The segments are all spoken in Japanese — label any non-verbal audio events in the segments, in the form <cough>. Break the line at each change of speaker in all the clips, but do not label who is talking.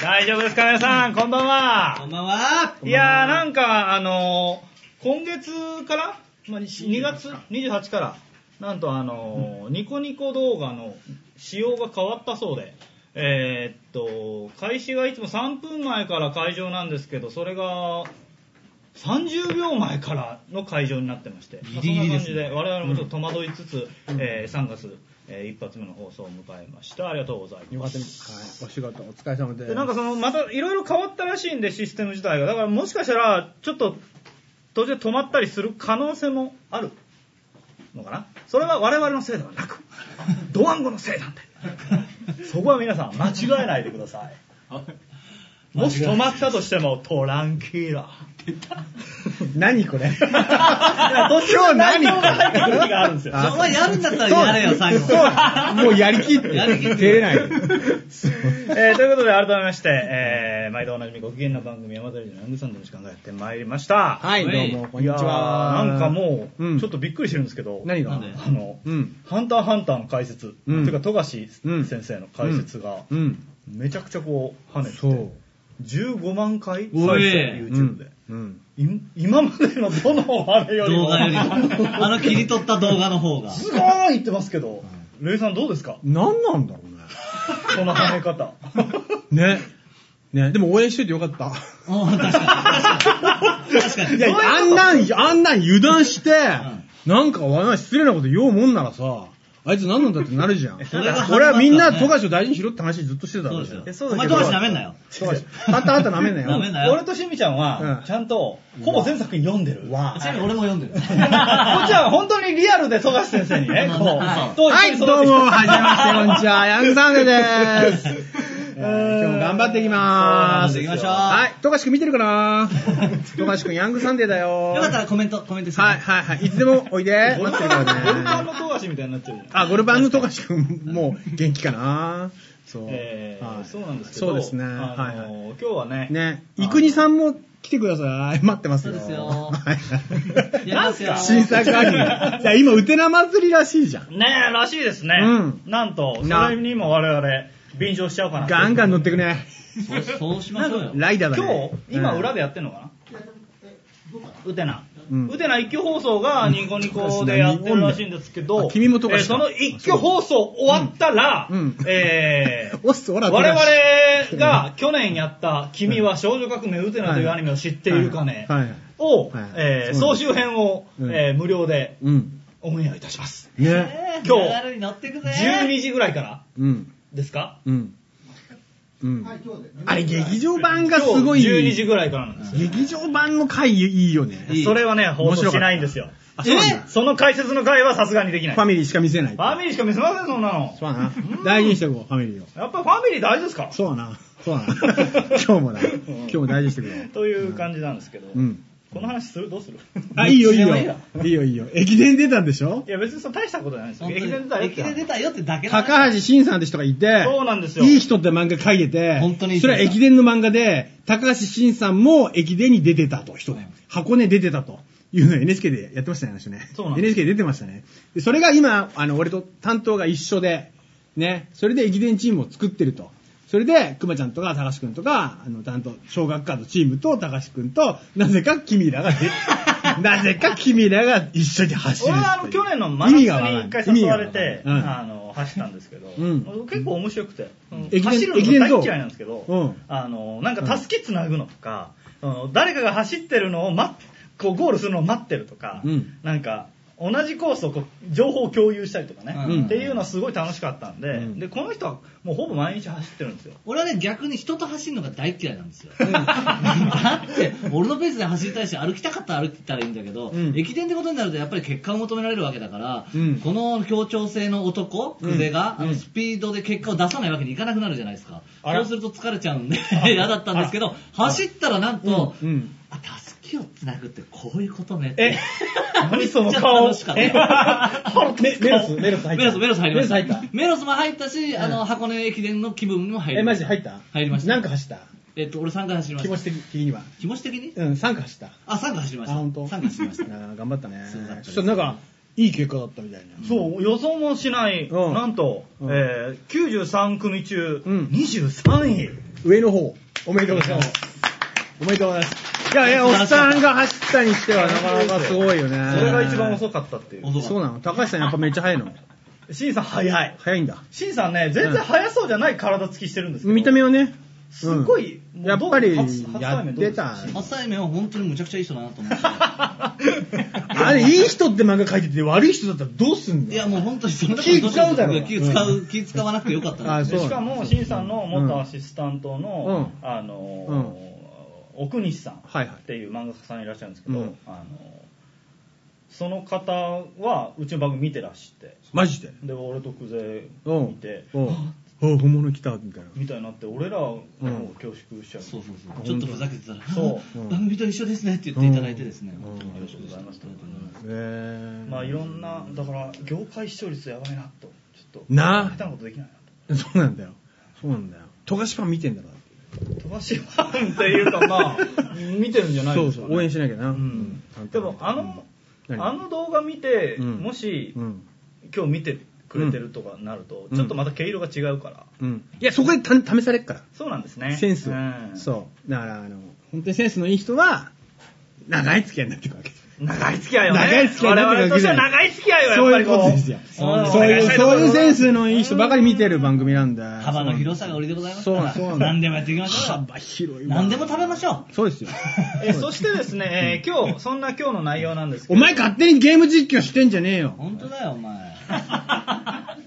大丈夫ですか皆さん、こんばん
こ
は
ん。ばんは。
いやー、なんか、あのー今月から、まあ、2月28から、なんとあのーニコニコ動画の仕様が変わったそうで、えーっと、開始がいつも3分前から会場なんですけど、それが、30秒前からの会場になってまして、
ギリギリですね
まあそんな感じで、我々もちょっと戸惑いつつ、えー3月、えー一発目の放送を迎えました。ありがとうございます。
よかったです。はい。お仕事お疲れ様です。
でなんかそのまたいろいろ変わったらしいんでシステム自体がだからもしかしたらちょっと途中で止まったりする可能性もあるのかなそれは我々のせいではな <laughs> くドワンゴのせいなんでそこは皆さん間違えないでください <laughs> もし止まったとしてもトランキーラ
何これ
今
今日何
時があるん <laughs> ですよ
お前やるんだったらやれよ、最後。
そうもうやりきって。
やりきって
出れ <laughs> ない。
えーということで改めまして、えー毎度おなじみご機嫌な番組山崎のヤングサンドの時間がやってまいりました
はい、どうも、こんにち
いや
は。
ーなんかもう、
ん
ちょっとびっくりしてるんですけど、
何が
なんで
あの、
うん
ハンターハンターの解説、
うん
ていうか、富樫先生の解説が、
うん。
めちゃくちゃこう、跳ねて
そ
て
う、。
15万回再生、
おい
YouTube で。
うん。
い今までのどのあれより
動
も、
画よりも。あの切り取った動画
<laughs>
の方が。
すごーい言ってますけど、レイさんどうですか
何なんだろ
この跳ね
<laughs>
方。<laughs>
うね。ね。ね、でも応援しといてよかった。
おー確かに。確かに。
いや、あんなん、あんなん油断して、なんかわない失礼なこと言おうもんならさ、あいつ何なんだってなるじゃん。
それが
俺はみんな、富樫を大事にしろって話ずっとしてた
そう
わ
で
けじ
す
ゃん
よ
えそう。
お
だ
前、
けど
富樫舐めんなよ。
富樫。あんたあんた舐めんなよ。
舐めんなよ
俺。としみちゃんは
う、ん
ちゃんと、ほぼ全作品読んでる。
わあ
ちなみに俺も読んでる。こっち
こっちは本当にリアルで富樫先生にね、こう、
はい
当
は
時
い、どうも、はじめまして、こんに
<laughs>
ちは、ヤングサンデーです。えー今日も頑張っていきまーす。
そうなんですよ
はい、富樫くん見てる
<laughs>
かな富樫くん、ヤングサンデーだよ。
よかったらコメント、コメントして。
はい、はい、はい、いつでもおいで。
ゴル
待っ
フ
てるか
ァ
ら
ン
ね。
の富樫みたいになっちゃうじゃん。
あ、ゴルバンの富樫くん、もう元気かなそう。
えー
はい
そうなんですけど、
そうですね。
あの
はいはい。
今日はね、
ね、イクニさんも来てください。待ってますよ。
そうですよ
はい
やりま
<laughs>
すよ
新作アニメ。いや、今、ウテナ祭りらしいじゃん。
ねえ、らしいですね。
うん
なんと、
な
それにも我々、便乗しちゃおうかな。
ガンガン乗ってくね。
そうそうしましょうよ。
ライダーだ
今
ね。
日、今
うん
裏でやってんのかなウテナ。
うん
ウテナ一挙放送がニコニコでやってるらしいんですけど、
あ君も富樫
えーその一挙放送終わったら、
うんうん
え
<laughs>
ー
オス、オラ、
我
テラ
々が去年やった「君は少女革命ウテナ」というアニメを知っているかね
はいはい
を
はい
えー
そう
総
で
集
す
編を
うん
えー無料で
シうん。
オンエアいたします
ね。
えー
今日
手軽に乗ってくぜ。
12時ぐらいから
うん。
ですか
うん。うん。あれ、劇場版が
今日
すごい。
12時ぐらいからなんですよ
劇場版の回いいよね。
いい
それはね放
面白
送
かった
しないんですよ
あそうなんだ
その解説の回はさすがにできない
ファ
フ
ミリーしか見せない。
ァミリーしか見せませんそんなの
そうだな。大事にしていこう、ファミリーを。
やっぱファミリー大事ですから
そうだな。 <laughs> そうだな。今日もな。今日も大事にしていこ
という感じなんですけど
う。うん。
この話するどうする
あ、いいよ、いいよ。
どっち
い
でも
いよ、いいよ。駅伝出たんでしょ
いや別にその大したことじゃないですよ
本
駅
当に
伝出たらいいっ
駅
て
伝出たよってだけだ
高橋慎さんって人がいて、
そうなんですよ
いい人って漫画書いてて、
本当にいい人
それは駅伝の漫画で、高橋慎さんも駅伝に出てたと、人で。箱根出てたと。いうのを NHK でやってましたね、話ね。
そうなんです
NHK で出てましたね。でそれが今、あの、俺と担当が一緒で、ね、それで駅伝チームを作ってると。それで、くまちゃんとか、高橋くんとか、あの、担当、小学科のチームと、高橋くんと、なぜか君らが出、なぜか君らが一緒に走るって
俺
いう。
はあの去年の真夏に一回誘われて、
意味がわかんないうん
あの走ったんですけど、
うん
結構面白くて、
駅伝
走るのが大嫌いなんですけど、
駅伝どううん
あのなんかたすきつなぐのとか、あの誰かが走ってるのを待っこうゴールするのを待ってるとか、
うん
なんか同じコースをこう情報共有したりとかね、
うん
っていうのはすごい楽しかったんで,、
うん
でこの人はもうほぼ毎日走ってるんですよ。
俺はね、逆に人と走るのが大嫌いなんですよ。 <laughs> だって、俺のペースで走りたいし、歩きたかったら歩きたらいいんだけど、
うん
駅伝ってことになると、やっぱり結果を求められるわけだから、
うん
この協調性の男、腕が、あのスピードで結果を出さないわけにいかなくなるじゃないですか。
あ
そ
ら
うすると疲れちゃうんで、 <laughs> 嫌だったんですけど、走ったらなんと、
うん。
あ、たすきをつなぐってこういうことねって。
え
<laughs>
何その顔
めっちゃ <laughs> 楽し
え
かった
メメロス、メロス入った。
メロス、メロス入りま
メロ
した。
ス入っ
メロスも入ったし、あの、箱根駅伝の気分も
た。
入り
え、
ま
マ
し
ジ
た。
入った
入りました
なんか走った
えっと、俺3回走りま
気
し
持
た
ち。的的には。
気持ち的に
うん、3回走った。
あ、3回走りました。
あ、本当。
3回走りまし
<laughs>
た。
あー頑張ったね
そうだった。です
ちょっとなんか、いい結果だったみたいな。
そう、予想もしない、
うん
なんと、
うん
えー、93組中、
うん
23位。
う上の方、おめでとうございます。おめでとうございます。いやいや、おっさんが走ったにしてはなかなかすごいよね。
それが一番遅かったっていう。
遅かった
そうなの高橋さんやっぱめっちゃ速いの
シンさん早い。
速いんだ。
シンさんね、全然速そうじゃない体つきしてるんですけど。
見た目はね、
すっごい、
うん
もう
やっぱり
どう初初
や
対面
っ
どう
て
です
た
か。
初対面は本当にむちゃくちゃいい人だなと思って。
<laughs> あれ、いい人って漫画描いてて悪い人だったらどうすん
い
だよ。
やもう本当にそんな
気使うだろ
どしても気使う、気使わなくてよかったな
あ
っ
そ
て
でしかも、シンさんの元アシスタントの、
う
あのー奥西さん
はいはい
っていう漫画家さんいらっしゃるんですけど、
うん
あのーその方はうちの番組見てらっしゃって
マジで。
で俺と久世
うん。
見て、
うん。お本物来た、みたいな。
みたいになって俺らも恐縮しちゃう、
そうそうそう。ちょっとふざけてたら、
そう
ん
番組と一緒ですねって言っていただいてですね。
うん
本当によろしくお願いします。
えー。
まあいろんなだから業界視聴率やばいなとちょっと
な
下手なことできないな
<laughs> そうなんだよ。そうなんだよ。富樫パン見てんだろ。
と飛ばしファンっていうかまあ
<laughs>
見てるんじゃない
そう
です
そ
か、ね、
う、応援しなきゃな。
うんでもあの、
うん
あの動画見て、
うん
もし、
うん。
今日見てくれてるとかなると、
うん
ちょっとまた毛色が違うから、
うん。いや、そこでた試されっから。
そうなんですね
センスを、
うん
そう。だから、あの、本当にセンスのいい人は、長い付き合いになっていくわけです。
長い付き合いよね
長い付き合いになって
我
る
々
わ
とし
け
て
じ
は
ゃない
長い付き合いはや
そ
っ
う
ぱ
いう
り
こ
ことう
ですよ。
うん
そうい
お願した
う、
とこ
そう
ろ
いうセンスのいい人ばかり見てる番組なんだよ。
幅の広さが売りでございますか
そうな
ら。
んそうなん
何でもやっていきましょう
<laughs>
よ
幅。広いわ。
何でも食べましょ
そうですよ。
えそしてですね、えー今日そんな今日の内容なんですけど
お
<laughs>
前勝手にゲーム実況してんじゃねえ
う。
よ。
本当だよ、お前。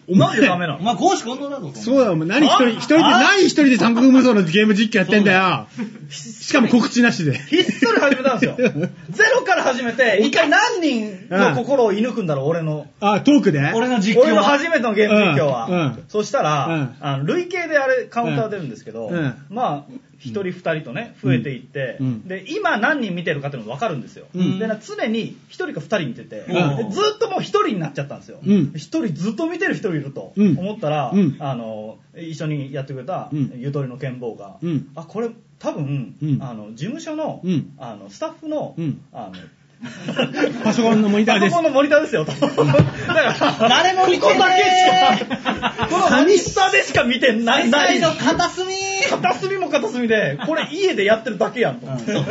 お前
なんでダメな
<laughs> お
の
前、公私混同だぞ。
そうだよ、お前何一人、
あ
一人で、
あ
何一人で三国無双のゲーム実況やってんだ <laughs> よ。しかも告知なしで。 <laughs>
ひっそり始めたんですよゼロから始めて一回何人の心を射抜くんだろう俺の
あ、トークで
俺の実況。
俺の初めてのゲーム実況は、
うんうん
そしたら、
う
あの累計であれカウンター出るんですけど、
うんうん
まあ1人2人とね増えていって、
うん
で今何人見てるかっていうのが分かるんですよ、
うん
でな常に1人か2人見てて、
うん
でずっともう1人になっちゃったんですよ、
うん
1人ずっと見てる人いると
うん
思ったら、
うん
あの一緒にやってくれた、
うん
ゆとりの剣坊が、
うん
あこれ多分、
うん
あの事務所の,、
うん
あのスタッフの,、
うん <laughs>
あの
パソコンのモニターです <laughs>
パソコンのモニターですよと。だから、
誰も見てね
ここだけしか、このモニターでしか見てない。ない
最初、片隅
片隅も片隅で、これ家でやってるだけやんと
う
思
ん、
っ
そ
て。
う。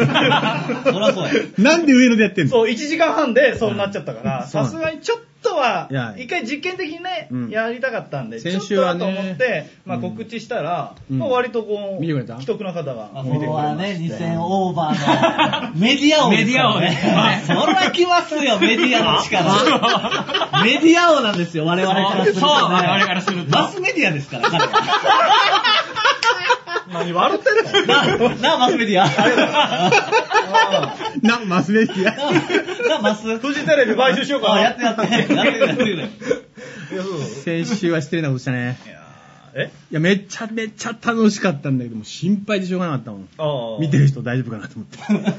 そらそうや。
なんで上野でやってんの
そう、1時間半でそうなっちゃったから、
そう
さすがにちょっとはい
や、
一回実験的にね
う、ん
やりたかったんで、ちょ
先
っと
週は
は
ね
と思って、まあ告知したら、
うん
まあ割とこう、
見てくれた
既得な方が
まあ、
見て
フォ
くれ
ロワー
ま
ね、
して
2000オーバ
<laughs>
ーのメディア王ですからね。メディア王ね。そら来ますよ、メディアの力。メディア王なんですよ、我々からすると、ね。
そう我々からすると
マスメディアですから、彼
<laughs>
は。
何笑ってる
<laughs>
の
な、な、マスメディア。
な、マスメディア。
な、な、マス。
フジテレビ買収しようか
あ
な。
やってやって。やってやってやって。
いやそうそう
<laughs> 先週は失礼なことしたね。
いやーえ
いや、めっちゃめっちゃ楽しかったんだけど、もう心配でしょうがなかったもん。
あー
見てる人大丈夫かなと思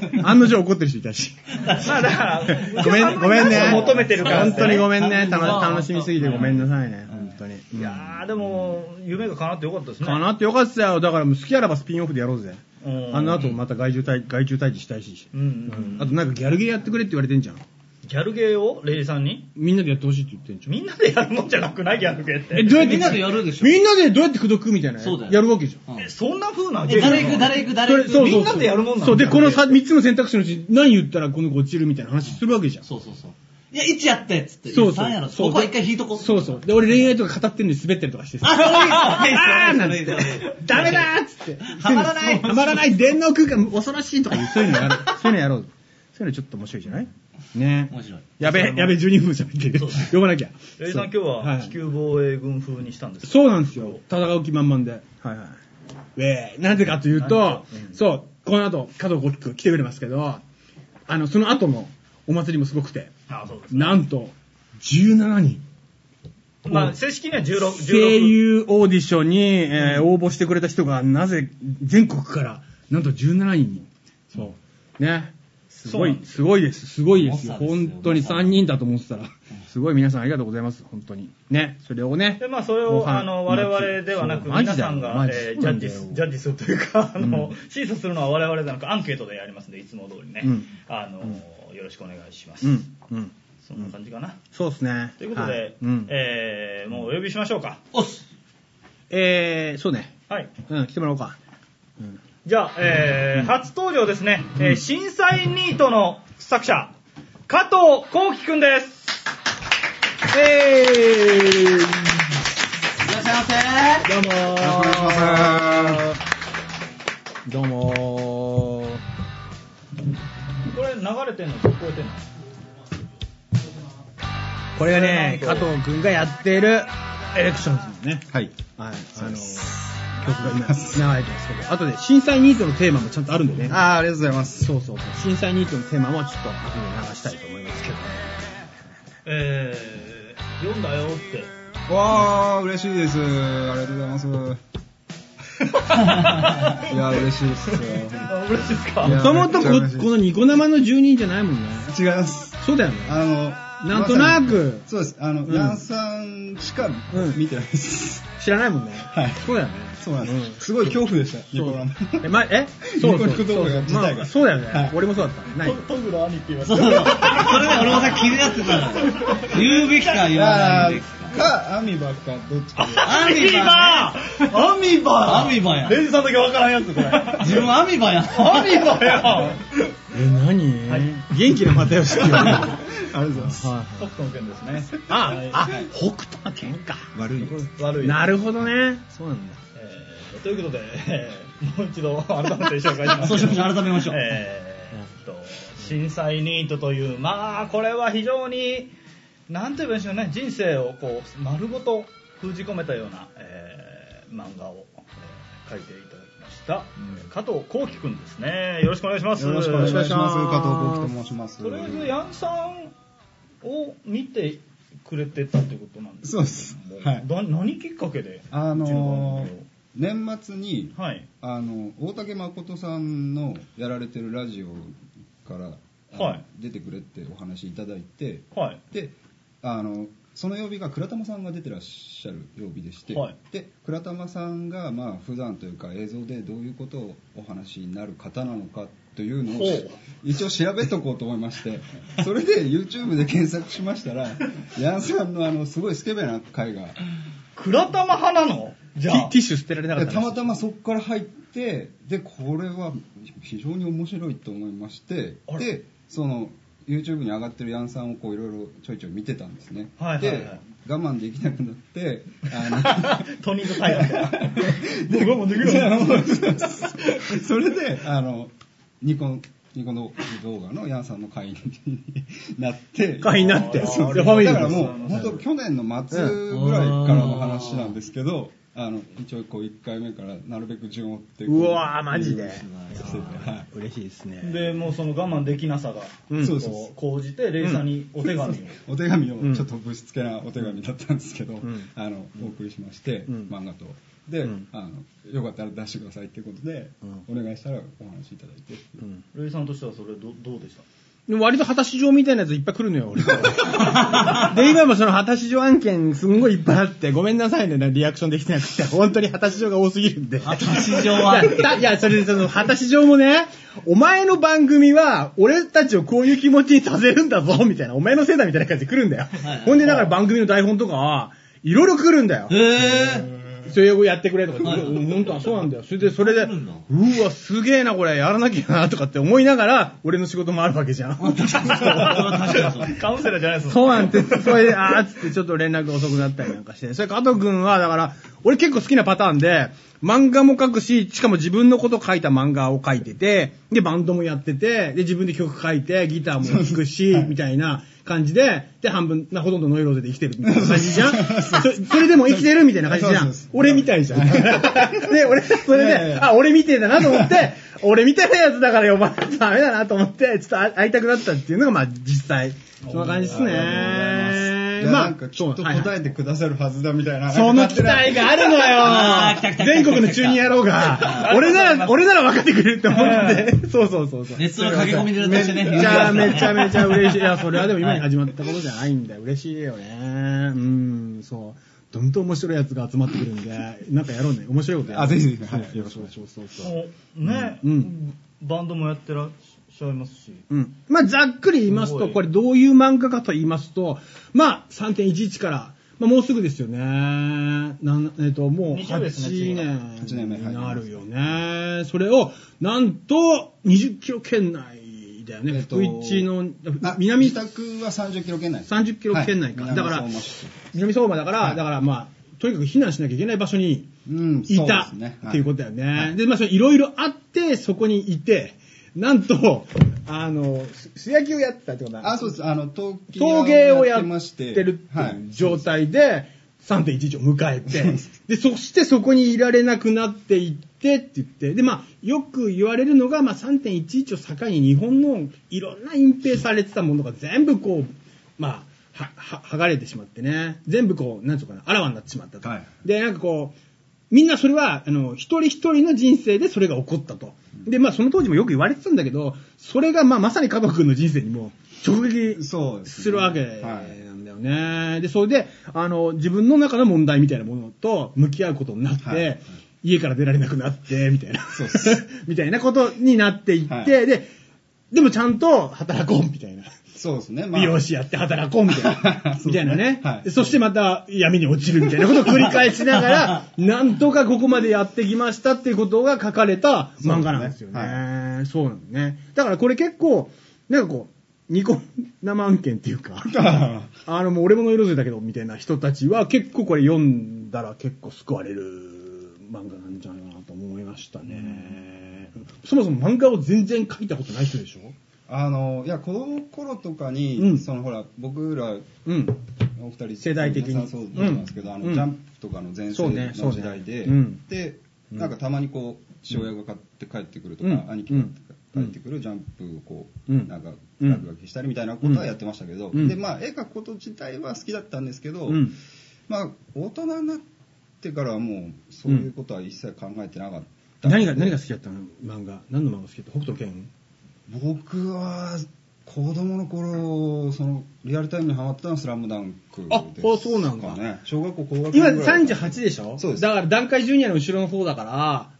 って。 <laughs> 案の定怒ってる人いたし。
まあだから、
<laughs> ごめん、ごめんね。
何を求めてるから、
本当にごめんね。
そう
楽
そう
楽しみすぎてごめんなさいね。本当に。
いやーでも、夢が叶ってよかったですね。
かなってよかったよ。だからもう好きあらばスピンオフでやろうぜ。
うん
あの後また外獣退外獣退治したいし。
うんうん
あとなんかギャルゲーやってくれって言われてんじゃん。
ギャルゲーをレイリーさんに
みんなでやってほしいって言ってんじゃん。
みんなでやるもんじゃなくないギャルゲーって。
え、どうやって
<laughs> みんなでやるでしょ。
みんなでどうやって口説くみたいな。
そうだよ
やるわけじゃん。
うん
えそんな風なゲ
え
ームなの
誰行く、誰行く、
そ
誰
れ
行く。
そうそう
みんなでやるもんなんだ
そう、で、このさ三つの選択肢のうち何言ったらこの子落ちるみたいな話するわけじゃん。
そうそうそう。いや、1やってっつって。
そうそう
3やろ。
そう
ここは一回引いとこう。
そうそう。で、俺恋愛とか語ってんのに滑ったりとかしてさ。
あ、それいい
あーなんつっ
いい
て
いいいいいい。
ダメだーっつって。
はまらない
はまらない電脳空間恐ろしいとか言う。そういうのやろう。 <laughs> そういうのやろう。そういうのちょっと面白いじゃないね
面白い。
やべえ、やべえ、12分喋ってる。読まなきゃ。
レイリーさん今
そう
日はい地球防衛軍風にしたんですよ。
そうなんですよ。戦う気満々で。はいはい。えー、なぜかというと、
うん
そう、この後、加藤浩輝くん来てくれますけど、あの、その後のお祭りもすごくて、
あそうですね。
なんと、17人。
まあ正式には16、
声
16。
優オーディションに、えー応募してくれた人が、なぜ全国から、なんと17人も。そう。ね。すご
そうないん、です
ごいです。すごいですよ。
猛者ですよ
本当に3人だと思ってたら、すごい皆さんありがとうございます。本当に。ね。それをね。
でまあそれ
もう
を
はい
あの我々ではなく
そうマジ
皆
だよ
さんが
マジ
えージャッジ
そうなん
す
だよ
ジャッジするというかあの
うん
審査するのは我々ではなくアンケートでやりますんでいつも通りね
うん
あのよろしくお願いします
う。ん。うん。
そんな感じかな。
そうですね。
ということ
はい
で
うん、
えーもうお呼びしましょうか。
おっす。
えー、そうね。
はい。
うん、来てもらおうか。うん
じゃあ、えー、初登場ですね、えー、審査員ニートの作者、加藤幸輝くんです。
えー
いらっしゃいませ
どうも
よろしくお願いしま
どうも
こ
ー
れ流れてんの聞こえてんの
これがね、
これな
加
んと
藤くんがやってるエレクションズのね、
はい。
はい、あの
うで
ー、曲が今流れてますけど、あとで震災ニートのテーマもちゃんとあるんでね。
あー、ありがとうございます。
そうそうそう、震災ニートのテーマもちょっと後で流したいと思いますけどね。
えー、読んだよ
<laughs>
って。
わー、嬉しいです。ありがとうございます。いや、嬉しいですよ。
あ嬉しいですか
いや
もともとこ
めっちゃ嬉しい
このニコ生の住人じゃないもんね。
違います。
そうだよね。
あの、
なんとなく
そうです。あの、
ん
ヤンさんしか
うん
見てないです。
知らないもんね。
はい
そうだよね。
そうなん
うん
です。すごい恐怖でした、ニコラマ
え、ま、
<laughs>
えそうそう
ニコニコ動画自体が
まあそうだよね、
はい
俺もそうだったね。ない
トグの兄って言いま
そうそう。それで俺もさ、気になってたの。言うべきか言わないべきか。
か、アミバか、どっちかで。
アミバ
アミバ
アミバや。
レイジさんだけわからんやつ、これ。
自分アミバや。
アミバや
え、何、元気な又吉君。はいは
ありがとうございます。
い
北斗の件ですね。
あ
はい、
あ、北斗の剣か。
悪い。
悪い。
なるほどね。そうなんだ。
えーということで、えーもう一度改めて紹介します。
そうしましょう改めましょう
えーっと、震災ニートという、まあ、これは非常に、なんて言えばいいんでしょうね、人生をこう、丸ごと封じ込めたような、えー漫画を、えー描いていただきました。加藤幸輝くんですね。よろしくお願いします。
よろしくお願いします。
お願いします
加藤幸喜と申します。
とりあえず、ヤンさんを見てくれてたってことなんです
そうです
けども
はい
だ何きっかけで
あ
うち番
の
組を
年末に、
はい。
あの、大竹誠さんのやられてるラジオから、あの
はい
出てくれってお話いただいて、
はい。
で、あの、その曜日が倉玉さんが出てらっしゃる曜日でして、
はい
で、倉玉さんが、まあ、普段というか映像でどういうことをお話になる方なのかというの
ほ
を
う、
一応調べとこうと思いまして、それで YouTube で検索しましたら、ヤンさんのあの、すごいスケベな回が、
倉玉派なのじ
テ
ゃあ
ィティッシュ捨てられなか
で
った
た
らし
ま
い。
たまそこから入ってでこれは非常に面白いと思いまして
あら
でその YouTube に上がってるヤンさんをこういろいろちょいちょい見てたんですね、
はいはいはい
で我慢できなくなってあ
<laughs> トニーズタイガーで。僕はもうできる
の
わ。
それであのニコンニコの動画のヤンさんの会員になって
会員になって。
そ
そうう、ファミリ
だ
ー
から
です
もう本当去年の末ぐらいからの話なんですけど、あの一応こう1回目からなるべく順を追ってこ
うわーマジで
させてはい
嬉しいですね。
で、もうその我慢できなさが、
うん
そうそう
こう、講じて、レイさんにお手紙を。
お手紙
うん
をちょっとぶしつけなお手紙だったんですけど、
ん
あのお送りしまして、
うん
漫画とで、
うん
あのよかったら出してくださいっていうことで、
う
お願いしたらお話いただいて、
うん
レイさんとしてはそれど、どうでした
でも割と果たし状みたいなやついっぱい来るのよ、 <laughs> 俺。で、今もその果たし状案件すんごいいっぱいあって、ごめんなさいね、リアクションできてなくて、本当に果たし状が多すぎるんで。
果たし状案件
いやだいや、それでその果たし状もね、お前の番組は、俺たちをこういう気持ちにさせるんだぞ、みたいな、お前のせいだみたいな感じで来るんだよ
はい。
ほんで、だから番組の台本とか、いろいろ来るんだよ。
へぇ
それをやってくれとか、
はい
うん本当はそうなんだよ。それで、それで、
そうな
うわ、すげえな、これ、やらなきゃな、とかって思いながら、俺の仕事もあるわけじゃん。
確かにそう。
<laughs> カウンセラーじゃないです
<laughs> そうなんです。それで、あーっつってちょっと連絡遅くなったりなんかして。それ加藤くんは、だから、俺結構好きなパターンで、漫画も書くし、しかも自分のこと書いた漫画を書いてて、で、バンドもやってて、で、自分で曲書いて、ギターも弾く
<laughs>
し、みたいな感じで、で、半分、なほとんどノイローゼで生きてるみ
<laughs>
たいな感じじゃんそそれでも生きてるみたいな感じじゃ
そうんそうそう。
俺みたいじゃん。 <laughs> で、俺、それ
いやいやい
で、
や
あ、俺みてえだなと思って、俺みたいなやつだから呼ばないとダメだなと思って、ちょっと会いたくなったっていうのが、まあ、実際。そんな感じですね。
いやなんかきっと答えてくださるはずだみたいな、
その期待がある
あー来た
のよ
来た来た来た
全国の中二野郎が、俺なら、俺なら分かってくれるって思って、そうそうそうそう。め
熱の駆け込みで出してね。
ちゃめちゃめちゃ嬉しい。いや、それはでも今に始まったことじゃないんだよ。嬉しいよね。うん、そう。どんどん面白いやつが集まってくるんで、なんかやろうね。面白いことやろう
あぜひぜひ
は
はい
い、よろしくお願いします。そうそう
もうね、
うん
バンドもやってらっしゃいますし。
うん。まあ、ざっくり言いま
す
す
ご
と、
い
これどういう漫画かと言いますと、まあ、3.11から、まあ、もうすぐですよね。なんえっ、と、もう
20ですね
8年
次が8年目
になるよね。それを、なんと、20キロ圏内だよね。
えっと
福一の、
あ
南
自宅は30キロ圏内です
30キロ圏内か。
はい
だから
南相馬市、
南相馬だから、
はい
だからまあ、とにかく避難しなきゃいけない場所に
うん
いた、
そうですねはい
っていうことだよね。
はい
で、まあ、それいろいろあって、そこにいて、なんと、あの、す素焼きをやってたってことだ
あそうですあの陶器
陶芸をやって
まして
るって
はい
いう状態で、3.11を迎え
<laughs>
て、で、そしてそこにいられなくなっていってって言って、で、まあ、よく言われるのが、まあ、3.11を境に日本のいろんな隠蔽されてたものが全部こう、まあ、は、は、剥がれてしまってね、全部こう、なんつうのかな、あらわになってしまったと。
はい
で、なんかこう、みんなそれは、あの、一人一人の人生でそれが起こったと。で、まあ、その当時もよく言われてたんだけど、それが、まあ、まさに加藤君の人生にも直撃
そうですね
するわけ
はい
なんだよね。で、それで、あの、自分の中の問題みたいなものと向き合うことになって、
はいはい
家から出られなくなって、みたいな。
そうっす
<laughs> みたいなことになっていって、
はい
で、でもちゃんと働こう、みたいな。
そうですね、。
<laughs> 美容師やって働こうみたいな <laughs> みたいなね。
はい
そしてまた闇に落ちるみたいなことを繰り返しなが <laughs> ら、なんとかここまでやってきましたっていうことが書かれた漫画なんですよね。そうなんだね。だからこれ結構、なんかこう、ニコ生案件っていう <laughs> か、
あ
あのもう俺もの色勢だけどみたいな人たちは結構これ読んだら結構救われる漫画なんじゃないかなと思いましたね。そもそも漫画を全然書いたことない人でしょ
<laughs> あのいや子供の頃とかに、
うん
そのほら僕ら
うん。
お二人
世代的に
皆さんそうなんですけど、
うん
あ
う
の
ん
ジャンプとかの前世
そうねそう
の
ね
時代で、
うん
で
うん
なんかたまにこう父親が買って帰ってくるとか、
うん
兄貴が買って帰ってくるジャンプをこう、
うん
なんか
うん
落書きしたりみたいなことはやってましたけど、
うん
でまあ絵描くこと自体は好きだったんですけど、
うん。
まあ大人になってからはもうそういうことは一切考えてなかった、
何が、何が好きだったの漫画。何の漫画好きだった北斗健
僕は子供の頃そのリアルタイムにハマったのは「スラムダンク
あ
です
あそうなんだ
かね小学校高学年
今
ぐらい
38でしょ
そうです
だから段階ジュニアの後ろの方だから、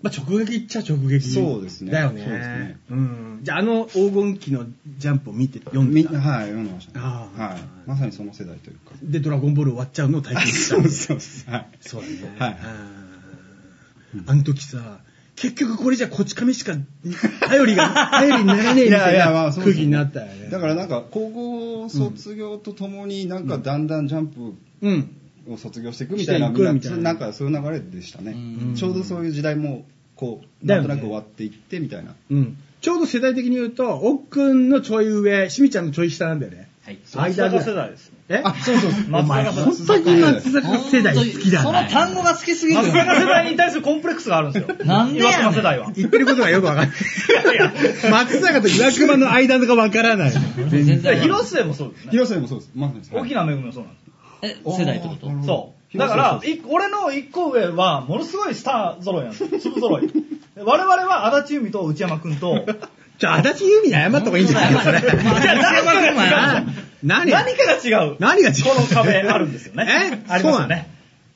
まあ、直撃っちゃ直撃。
そうですね
だよね。
そうですね
うん。じゃあ、あの黄金期のジャンプを見て、読ん
み
で
んな
た。
はい読んでましたね
ああ
はい、まさにその世代というか
で、ドラゴンボール終わっちゃうのを体験した
<laughs> そ
ん
う
だ。
そうそうはい
そうだね。
はい
うんあの時さ、結局これじゃこち亀しか頼りが、頼りにならねえみたい <laughs> な
そう
空気になったよね。
だからなんか高校卒業とともになんかだんだんジャンプ
うん。
を卒業していくみたいな,、
していくみたいな
なんかそういう流れでしたね、
うん
ちょうどそういう時代もこう
だ
な
よ
ん
ね
となく終わっていってみたいな、
うん。ちょうど世代的に言うと、奥くんのちょい上、しみちゃんのちょい下なんだよね。
はい。
間ぐらい
世代ですね。
え
あそうそう
お前、本当に松坂世代好きだ
そ
な
の。単語が好きすぎる
松
よ。
坂世代に対するコンプレックスがあるんですよ。
なんでやねん
岩隈世代は。
言ってることがよくわかんない
いや。
松坂と岩熊の間がわからない。
全
で
然。
広末もそうですね。
広瀬もそうですまさにそう
沖縄めぐみもそうなんです。
え、世代ってこと
うん
そう。だ
広
か
瀬
ら、い俺の一個上は、ものすごいスター揃いなん <laughs> ですよ。粒揃い。我々は足立由美と内山くん <laughs> と、
ちょ、足立由美に謝った方がいいんじゃないよ、それ。
まあ
いや何かが違う <laughs>
何
何かが違う。
何が違う
この壁あるんですよね。
え
ありますよね。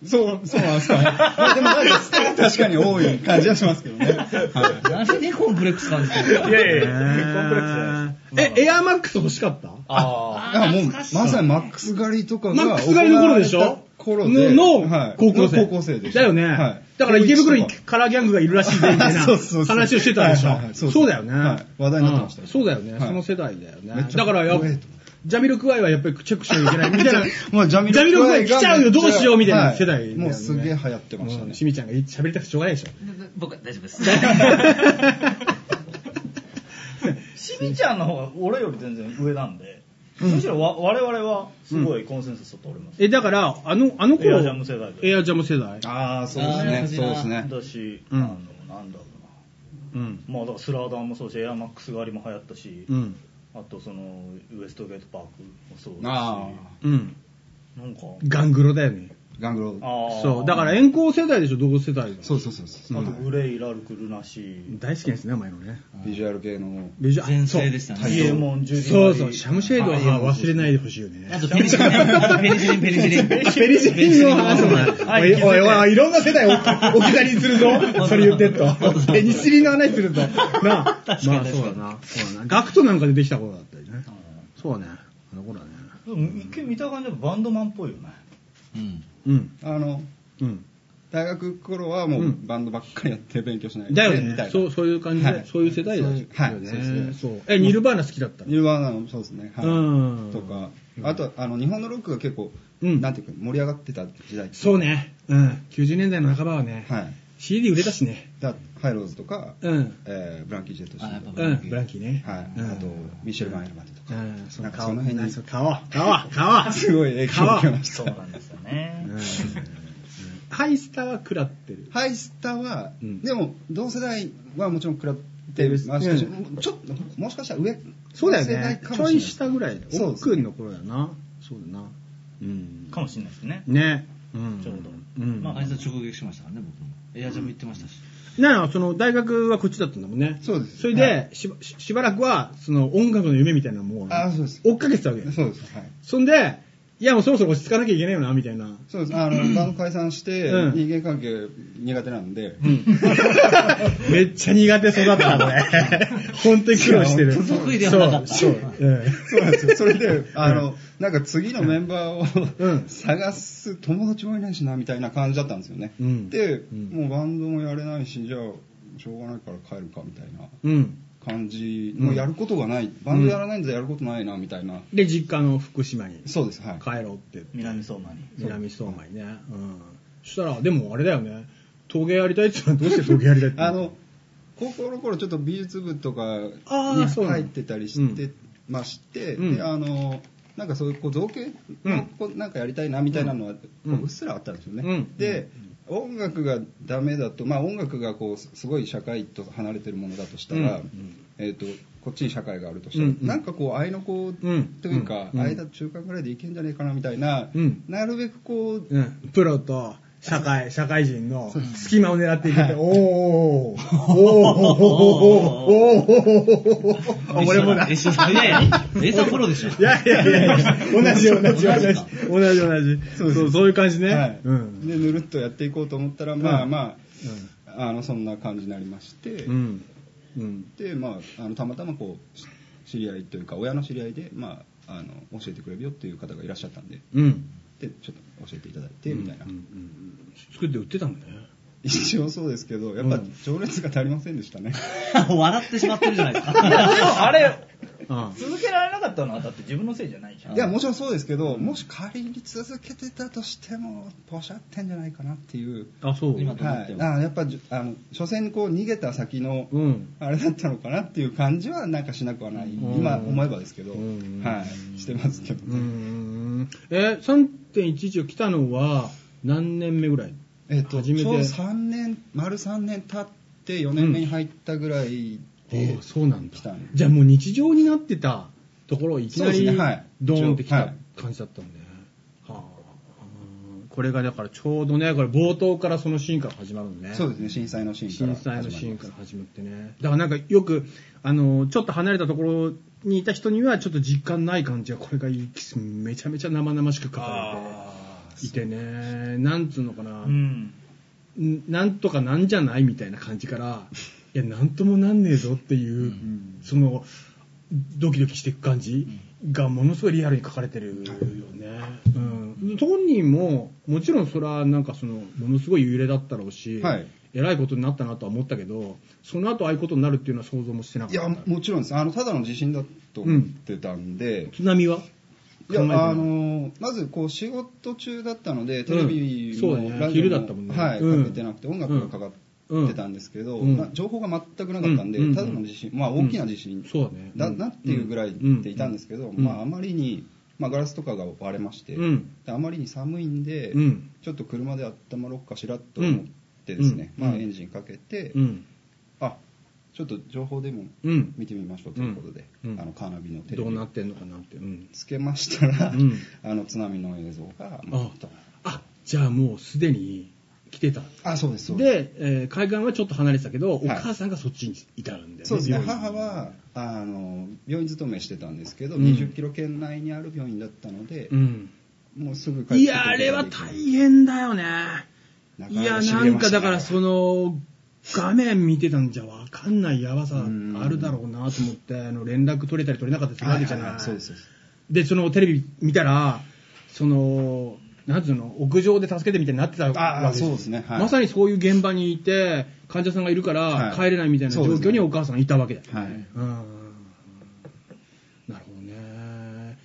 そう、そうなんですかね。まあでもなんか、 <laughs> 確かに多い感じはしますけどね。はい
なんでコンプレックス感じて
い
る
や
の
いやいや、コンプレックス
え、えエアーマックス欲しかった
あ
だからもう、まさにマックス狩りとかが。
マックス狩りの頃でし
行われ
ょ
た頃で。
の
は
の高
い
校生。
の高校生でした
だよね
はい。
だから池袋に
高一とか
カラーギャングがいるらしいぜみたいな
<laughs> そうそうそう
話をしてたでし
はいはいはいそう
ょ。
です
そうだよね
はい。話題になってました
うん
よ
そうだよね。
はい
その世代だよ
めっ
ね。
ちゃ
だからや
怖いと、。
ジャミロクワイはやっぱりチェックしなきゃいけないみたいな
<laughs> もうジャミ
ジャミロクワイ来ちゃうよ、どうしようみたい
は
な世代だよね。
もうすげえ流行ってました
う
ね
ん。しみちゃんが喋りたくてしょうがないでしょ。
僕は大丈夫です。
ー。しみちゃんの方が俺より全然上なんで、むしろわ我々はすごいコンセンサスを取れます。
え、だから、あの、あの頃、
エアジャム世代で
エアジャム世代。
ああ、そう
あー
ですね。そうですね。
だし、
うん
あの、なんだろうな。
うん。
まあだからスラーダンもそうだし、エアマックス狩りも流行ったし、
うん。
あとその、ウエストゲートパークもそうだし、
あ
うん。
なんか、
ガングロだよね。
あ、ガングロー。
あー
そう。だから、遠行世代でしょ、同世代だ。
そうそうそうそう。
あとグレイ、ラルク、ルナシー、
大好きなんですね、お前のね。
ビジュアル系の。
ビジュアル
全盛でしたね
そう
イエモン、ジュディ
そう
マ
そう、
リー
シャムシェードは忘れないでほしいよね。
あとペニシリン、あとペニシ <laughs> リン、ペニシリン。ペ
ペリシリンの話も
は
あ
い
る。おいおいおい、いろんな世代を置き去りにするぞ。それ言ってっと。ペニシリンの話すると。なあ、まあそうだ
かに
な。そうだな。ガクトなんか出てきた頃だったりね。そうね。あの頃だね。
でも一見見た感じはバンドマンっぽいよね。
うん。
うん。
あの
うん。
大学頃はも
う
うんバンドばっかりやって勉強しない
だよ
みたい
ね。
な
そう、そういう感じ
は
で、
い
そういう世代だよね。
はい
そう。え、ニルバーナ好きだったの
ニルバーナのそうですね、はい
うん
とかあとあの日本のロックが結構、
うん
なんていうか盛り上がってた時代
そうね。うん。90年代の半ばはね、
はい
CD 売れたしね。
だハイローズとか、
うん。
えーブランキー・ジェットシーとか
うん。ブランキーね。
はい、
うん
あとミシェル・マイルマンと
う
か、
ん。その
なんか
顔、
その辺に
そう顔、顔、顔。
<laughs> すごい影響を受けまし
そう
た
なんですよね。
ハイスターは食らってる。
ハイスタは、
うん
でも同世代はもちろん比べてましたし、
うん
ちょっともしかしたら上
そうだよ
世代
ね。ち
かもしれ
ょ
ない
下ぐらい。
そう
お
で
っ
す
くんの頃だな。そうだな。うん。
かもしれないですね。
ね。うん
ちょうど
うん。
まあ、あいつは直撃しましたからね、僕も。エアジャム行ってましたし。
なあ、その大学はこっちだったんだもんね。
そうです
それで、
は
しばししばらくは、その音楽の夢みたいなのも、
あそうです
追っかけてたわけ。
そうですはい
そんで、いやもうそろそろ落ち着かなきゃいけないよな、みたいな。
そうですあのバンド解散して、
うん
人間関係苦手なんで、
めっちゃ苦手そうだったな、こ
<laughs>
れ。本当に苦労してる。
いや
本当得意ではなかった
そう。そううん
そうなんですよ。それで、あの、なんか次のメンバ
う
ー
ん
を探す友達もいないしな、みたいな感じだったんですよね。
うん
で、
ん
もうバンドもやれないし、じゃあ、しょうがないから帰るか、みたいな
うん。
感じ。もうやることがない。バンドやらないんでやることないな、みたいな。
で、実家の福島に
そうです、はい。
帰ろうって、
南相馬に。
南相馬にね。うん。そしたら、でもあれだよね。陶芸やりたいって言ったらどうして陶芸やりたいって言
あ
う
の、高校の頃ちょっと美術部とかに
あーそうなんだ
入ってたりしてまして、
うん
で、あの、なんかそういうこう造形
うん
のこうなんかやりたいなみたいなのはこ
う
うんうっすらあったんですよね。
うん
で、音楽がダメだと、まあ音楽がこうすすごい社会と離れてるものだとした
う
ら、
ん
えっ、と、こっちに社会があるとしたら、
うん
なんかこう、愛の子
うん
というか、
うん
間中間ぐらいでいけんじゃねえかなみたいな、
うん
なるべくこう、
うん、プロと社会、社会人の隙間を狙っていくって、おーおーおーおーおーおーおーおーおーおー俺もだ。い
一緒だ。いやいや、エサプロでしょ。
やいやいやいや、同じ同じ同じ。同じ同じ。そうそう、そういう感じ
は
ね
い。
うん。
でぬるっとやっていこうと思ったら、まあ
うん
まあ,、あのそんな感じになりまして、
うん。うん。
でまあ、あのたまたまこうし知り合いというか親の知り合いで、まあ、あの教えてくれるよっていう方がいらっしゃったんで
うん。
でちょっと教えていただいてみたいな、
作って売ってたんだね。
<laughs> 一応そうですけどやっぱ情熱が足りませんでし
<laughs>
たね、
笑ってしまってるじゃないですか。
でもあれ、
あ
続けられなかったのはだって自分のせいじゃないじゃん。
いやもちろんそうですけど、もし仮に続けてたとしてもポシャってんじゃないかなっていう、
あ、そう。
今と思
は
って
い、
ま
あやっぱじあの所詮こう逃げた先の、
うん。
あれだったのかなっていう感じはなんかしなくはない、
ん
今思えばですけど、
うん
はい、してますけど
う
ね、
ん。え、3.11を来たのは何年目ぐらい
えっと
初めて
ちょうど3年丸3年経って4年目に入ったぐらいで、
ああそうなんだ
来たんで
じゃあもう日常になってたところをいきな
そう
り
ですねはい
ドーンってきた
はい
感じだったんだよね、はあうんこれがだからちょうどねこれ冒頭からそのシーンから始まるのね
そうですね震災のシーンから
震災のシーンから始まってねだからなんかよくあのちょっと離れたところにいた人にはちょっと実感ない感じがこれがいきめちゃめちゃ生々しく書か
あ
れていてねなんつうのか
あ
な、
うん。
んなんとかなんじゃないみたいな感じ
<laughs>
から、いや、なんともなんねえぞっていう、その、ドキドキしていく感じがものすごいリアルに書かれてるよね。うん。本人も、もちろんそれはなんかその、ものすごい揺れだったろうし、
はい
えらいことになったなとは思ったけど、その後ああいうことになるっていうのは想像もしてなかっ
いや
た。
もちろんですあのただの地震だと思ってたんで、
津波はい考え
や
てない
あのまずこう仕事中だったのでテレビ
そう
も、
だね
ラジオも
昼だったもんね
はい、
うん
かけてなくて音楽がかかってたんですけど、
うん
な情報が全くなかったんで、
うん
ただの地震、まあ、
うん
大きな地震
そうだね
だ
うん
なっていうぐらいでいたんですけど、
うん
まあ、あまりに、まあ、ガラスとかが割れまして、
うん
であまりに寒いんで、
うん
ちょっと車で温まろうかしらと思ってですね、
うん
まあ、
うん
エンジンかけて、
うん。
あちょっと情報でも
うん
見てみましょうということで、
うん
あのカーナビのテレビ
ど
を
うなってんのかなって。うん。
つけましたら、
うん
あの津波の映像がま
あ
た
あ、じゃあもうすでに来てた。
あそうですそうで
で、
す
えー海岸はちょっと離れてたけど、お母さんがそっちにいたんだよね。
そうですね
病院
母はあの病院勤めしてたんですけど、
うん
20キロ圏内にある病院だったので
う、ん。
もうすぐ帰って
いや、あれは大変だよね。
なか
い
な
や、
か
な
痺れ
ん
ま
か
したね
だからその、画面見てたんじゃわかんないやばさあるだろうなと思って、あの連絡取れたり取れなかったりするわけじゃ
はい
な
はい
い。
そうですそうです
で、そのテレビ見たら、その、なんつうの、屋上で助けてみたいになってたわけ
あーそうですねはい
まさにそういう現場にいて、患者さんがいるから
はい
帰れないみたいな状
そうです
況に
ね
お母さんいたわけだよ。
はい。
うーんなるほどね。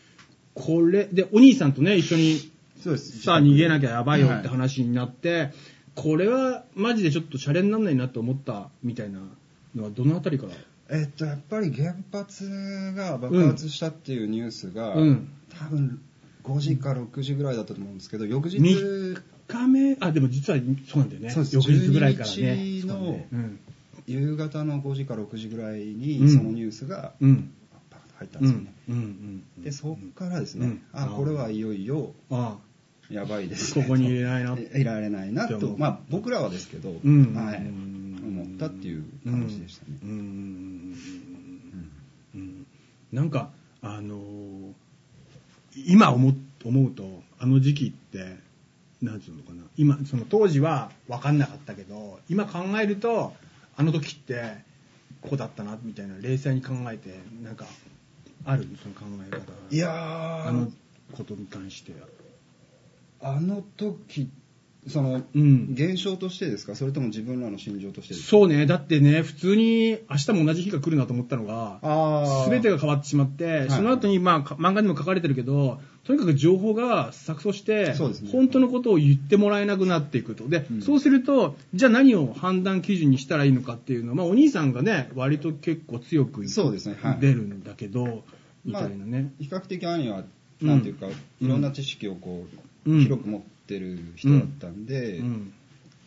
これ、で、お兄さんとね、一緒に、
そうです。
さあ逃げなきゃやばいよって
はい
話になって、これはマジでちょっとシャレになんないなと思ったみたいなのはどのあたりから
えっと、やっぱり原発が爆発したっていうニュースが、
うん
多分5時か6時ぐらいだったと思うんですけど、翌日、
3日目、あ、でも実はそうなんだよね。
そうです
翌日ぐらいからね。
12日の
そうだねうん。
夕方の5時か6時ぐらい
うん
に、そのニュースが、
うん。
パッと入ったん
う
ですよ
ん
ね。。
うん。うん
で、そこからですね、
うん
あ、これはいよいよ、
あ
やばいです、
あ、ここにいれないな。
えいられないな
って思
と
う、
まあ、僕らはですけど、
うん
はい、
うん
思ったっていう感じでしたね。
うんうん
うん
うんうんうんなんか、あのー今思う思うと、あの時期って、なんつうのかな、今、その当時は分かんなかったけど、今考えると、あの時って、こうだったな、みたいな、冷静に考えて、なんか、あるその考え方。
いやー
あのことに関して。
あの時その、
うん
現象としてですかそれとも自分らの心情としてですか
そうね、だってね、普通に明日も同じ日が来るなと思ったのが、
あー
全てが変わってしまって、
い
その後に、まあ、か漫画にも書かれてるけど、とにかく情報が錯綜して、
そうですね
本当のことを言ってもらえなくなっていくと。で、
うん
そうすると、じゃあ何を判断基準にしたらいいのかっていうのは、まあ、お兄さんがね、割と結構強く
そうですねはい
出るんだけど、みたいなね。
比較的兄は
うん
なんていうか、
ん
いろんな知識をこう、
うん
広く持ってる人だったんで、
うん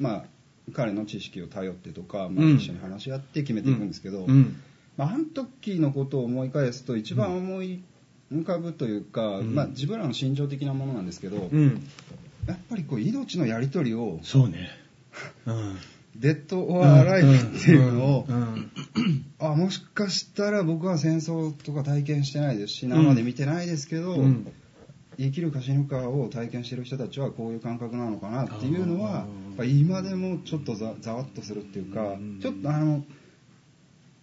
まあ彼の知識を頼ってとか、まあ、
うん
一緒に話し合って決めていくんですけ
う
ど、
ん
まあ、あの時のことを思い返すと一番思い浮かぶというか、
うん
まあ、自分らの心情的なものなんですけど、
うん。
やっぱりこう命のやり取りを
そうね。うん。
デッド・オア・アライブっていうのを、
うんうん
<clears throat> あもしかしたら僕は戦争とか体験してないですし生で見てないですけど、
うん
生きるか死ぬかを体験してる人たちはこういう感覚なのかなっていうの
あー
はやっぱ今でもちょっとざざわっとするっていうか、
うん
ちょっとあの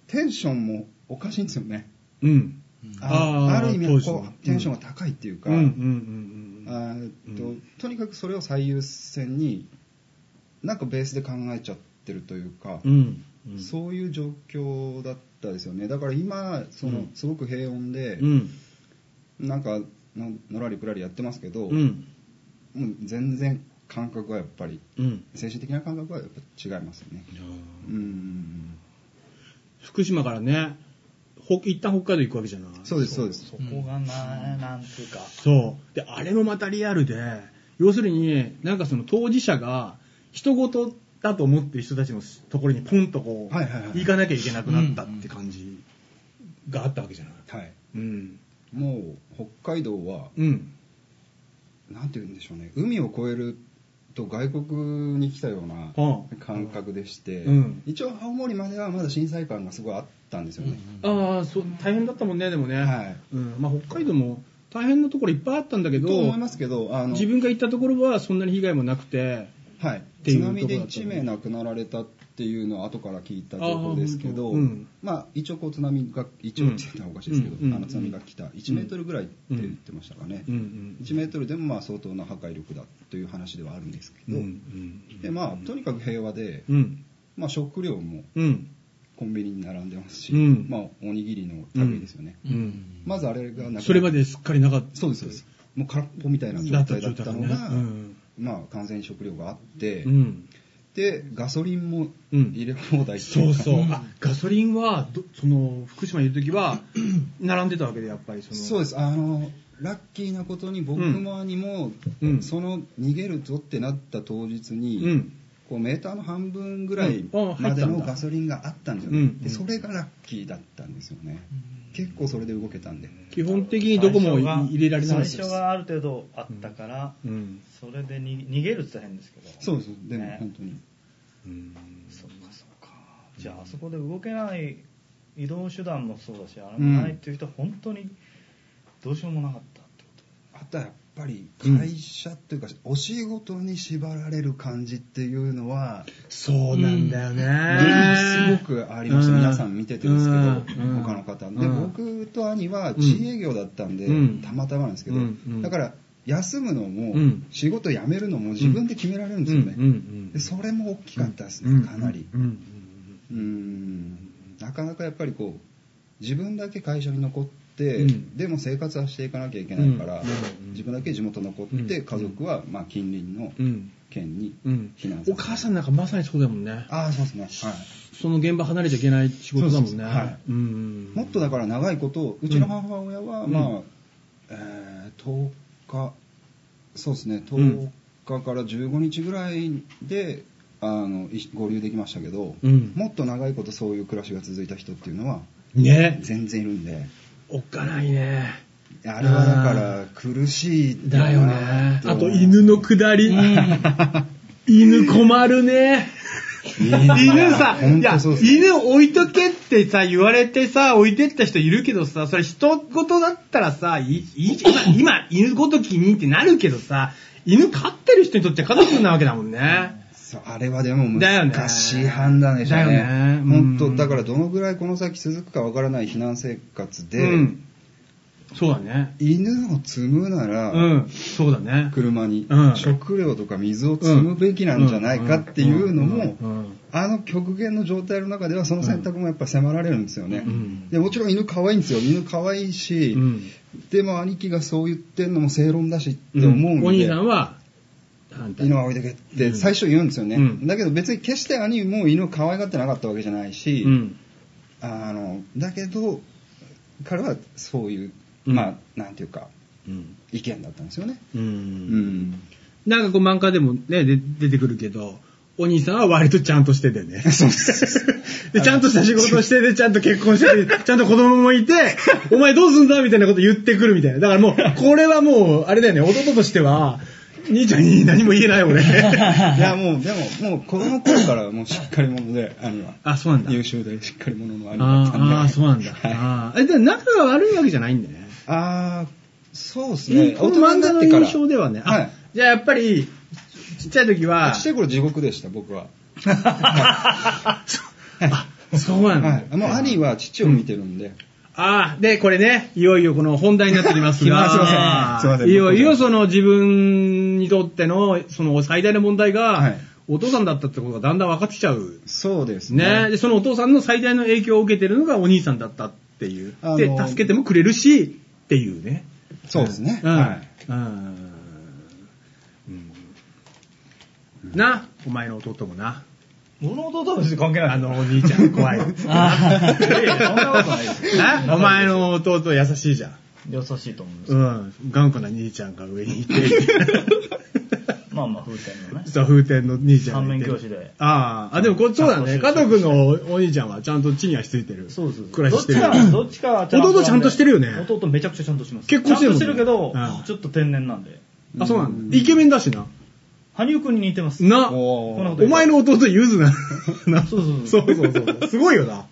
テンションもおかしいんですよね、
うん。
あ
あー
ある意
当
味
時の
こうテンションが高いっていうか、
うんうんうんうん。
あーっと
うん
とにかくそれを最優先になんかベースで考えちゃってるというか。
うん。
そういう状況だったですよね。だから今、その、
うん
すごく平穏で、
うん。
なんかの、のらりくらりやってますけど、
うん。
もう全然感覚はやっぱり、
うん。
精神的な感覚はやっぱ違いますよね。うん。
福島からね、ほ一旦北海道行くわけじゃない。
そうです、そうです
そ。こがな、なんていうか。
そう。で、あれもまたリアルで、要するに、なんかその当事者が、人事だと思ってる人たちのところにポンとこう、
はいはいはい
行かなきゃいけなくなったって感じがあったわけじゃない。
はい。
うん。
もう、北海道は、
うん。
なんて言うんでしょうね、海を越えると外国に来たような
うん
感覚でして、
うん
一応青森まではまだ震災感がすごいあったんですよね。
ああ、そう、大変だったもんね、でもね。
はい
うん。まあ北海道も大変なところいっぱいあったんだけど、
と思いますけど、あの、
自分が行ったところはそんなに被害もなくて、
はい、
てい
津
うとこだ
波
と
で1名亡くなられたっていうのは後から聞いた情報ですけ
あー
ど、
本当うん
まあ、一応こう津波が一応って言ったらおかしいですけど、
うん
あの津波が来た1メートルぐらいって言ってましたかね、
うんうん
1メートルでもまあ相当な破壊力だという話ではあるんですけど、でまあ、とにかく平和で、
うん。
まあ、食料も
うん。
コンビニに並んでますし、
うん
まあ、おにぎりの類ですよね、
うん。
まずあれがなくな
それまですっかりなかった。
そうですそうですもう空っぽみたいな状態だった
だ
の
っ
が、
た状態だねうん
まあ、完全に食料があって、
うん。
でガソリンも
うん
入れ放題って
そ
いうか
そう。あ、ガソリンは、どその、福島にいるときは、
<clears throat>
並んでたわけで、やっぱりその。
そうですあのラッキーなことに僕も兄も、
うん
その逃げるぞってなった当日に、
うん
こうメーターの半分ぐら
う
い
んあ入っ
ま
たんだ
でのガソリンがあったんですよね、
うん
でそれがラッキーだったんですよね、結構それで動けたんで、
基本的にどこも
最初が
入れられないです
最初がある程度あったから、
うん。
それでに逃げるって言ったら変ですけど。
そうですでも
ね
本当に、
そっかそっか。じゃあ、あそこで動けない移動手段もそうだし、あれもないっていう人は本当にどうしようもなかったってこと。
あとはやっぱり会社というか、お仕事に縛られる感じっていうのは、
そうなんだよ
す
ね。
ごくありました、
うん
皆さん見ててですけど、
うん
他の方、
うん
で僕と兄は自営業だったんで、
うん
たまたまなんですけど、
うんうん
だから休むのも、
うん
仕事辞めるのも自分で決められるんですよね、
うんうんうん
でそれも大きかったですね、かなり、
うん
うんなかなかやっぱりこう自分だけ会社に残って、
うん
でも生活はしていかなきゃいけないから、
うんうん
自分だけ地元残って、
うん
家族はまあ近隣の
うんうん
県に
うん
避難
お母さんなんかまさにそうだもんね
ああそうですね、はい、
その現場離れちゃいけない仕事だもん
そう
ね
そうそうはい
うん
もっとだから長いことうちの母親は、
うん
まあ、
うん
えー10日そうですね10日から15日ぐらいであのい合流できましたけど、
うん
もっと長いことそういう暮らしが続いた人っていうのは
ね
全然いるんで
おっかないね
あれはだから苦しい
だよ
な
ね
って
あ
思
と
う <laughs>
犬のくだり、犬困るね
犬さ、
本
いや
当そう、です
犬置いとけってさ、言われてさ、置いてった人いるけどさ、それ人事だったらさ、いいいじゃん今、今、犬ごときにってなるけどさ、犬飼ってる人にとって家族なわけだもんね。
そうあれはでも
だよね
難しい判断でしたね
だよねうん
本当だからどのぐらいこの先続くかわからない避難生活で、
うん。そうだね。
犬を積むなら、
うん。そうだね。
車に、
うん
食料とか水を積むべきなんじゃないかっていうのも、
うんうん
あの極限の状態の中ではその選択もやっぱ迫られるんですよね、
ん
でもちろん犬可愛いんですよ犬可愛いし、
うん
でも兄貴がそう言ってんのも正論だしって思うんで、
お兄さんは反対
犬は置いてけって最初言うんですよね、
うん
だけど別に決して兄も犬を可愛がってなかったわけじゃないし、
うん
あのだけど彼はそういう、
うん
まあなんていうか
うん
意見だったんですよね
う
うんん
なんかこう漫画でもね、で出てくるけど、お兄さんは割とちゃんとしてて
<laughs>
ね。 <laughs> で、ちゃんとした仕事をしてて、ちゃんと結婚してて、ちゃんと子供もい <laughs> て、お前どうすんだみたいなこと言ってくるみたいな。だから <laughs> もう、これはもう、あれだよね、弟としては、兄ちゃんに何も言えない俺。
いやもう、でも、もう子供の頃からもうしっかり者で、兄は。
<laughs> あ、そうなんだ。
優秀でしっかり者の兄だったんで。
ああ、そうなんだ。
はい
ああえ、でも仲が悪いわけじゃないんだね。
あー、そうです
いい
ね。
こ
大
の
人
漫
に
画
なっ
の
てから。
印象ではね。あ
はい。
じゃあやっぱり、ちちっちゃい時は、
ちっちゃい頃地獄でした、僕は。
<laughs> あそうなんだ。
はい。もう兄は父を見てるんで。
ああ、で、これね、いよいよこの本題になってきます
来ま
が、
<laughs> すすいませんすいません
いよいよその自分にとっての、その最大の問題が、
はい
お父さんだったってことがだんだん分かってきちゃう。
そうです
ね。
ね。
で、そのお父さんの最大の影響を受けてるのがお兄さんだったっていう。
あの
で、助けてもくれるし、っていうね。
そうですね。
うん。
はい。
うんうんな、お前の弟もな。
俺の弟は別に関係ない。
あの
<laughs>
お兄ちゃん
<laughs>
怖い。い
あ
やいやそんなことないです
なお前の弟優しいじゃん。
優しいと思うんです
う
よ。
ん、頑固な兄ちゃんが
<laughs>
上にいて、
まあまあ、風船のね。
そう、風天の兄ちゃんがいて
反面教師で
ああ、あ、でもこっちそうだね。
ちゃ
加
んと
藤くんのお兄ちゃんはちゃんと地に足ついてる。
そうそうそう
暮らししてる。
どっちか、どっちかはと
弟ちゃんとしてるよね
弟めちゃくちゃちゃんとします。
結婚してるもんね
ちゃんとしてるけど
うん、
ちょっと天然なんで。
あ、そうなんだ。イケメンだしな。
羽生くんに似てます。
な、お
お
こんなこと
ー
言う
前の弟ゆずな。な
そうそう
そ
そう
うそうそう。すごいよな。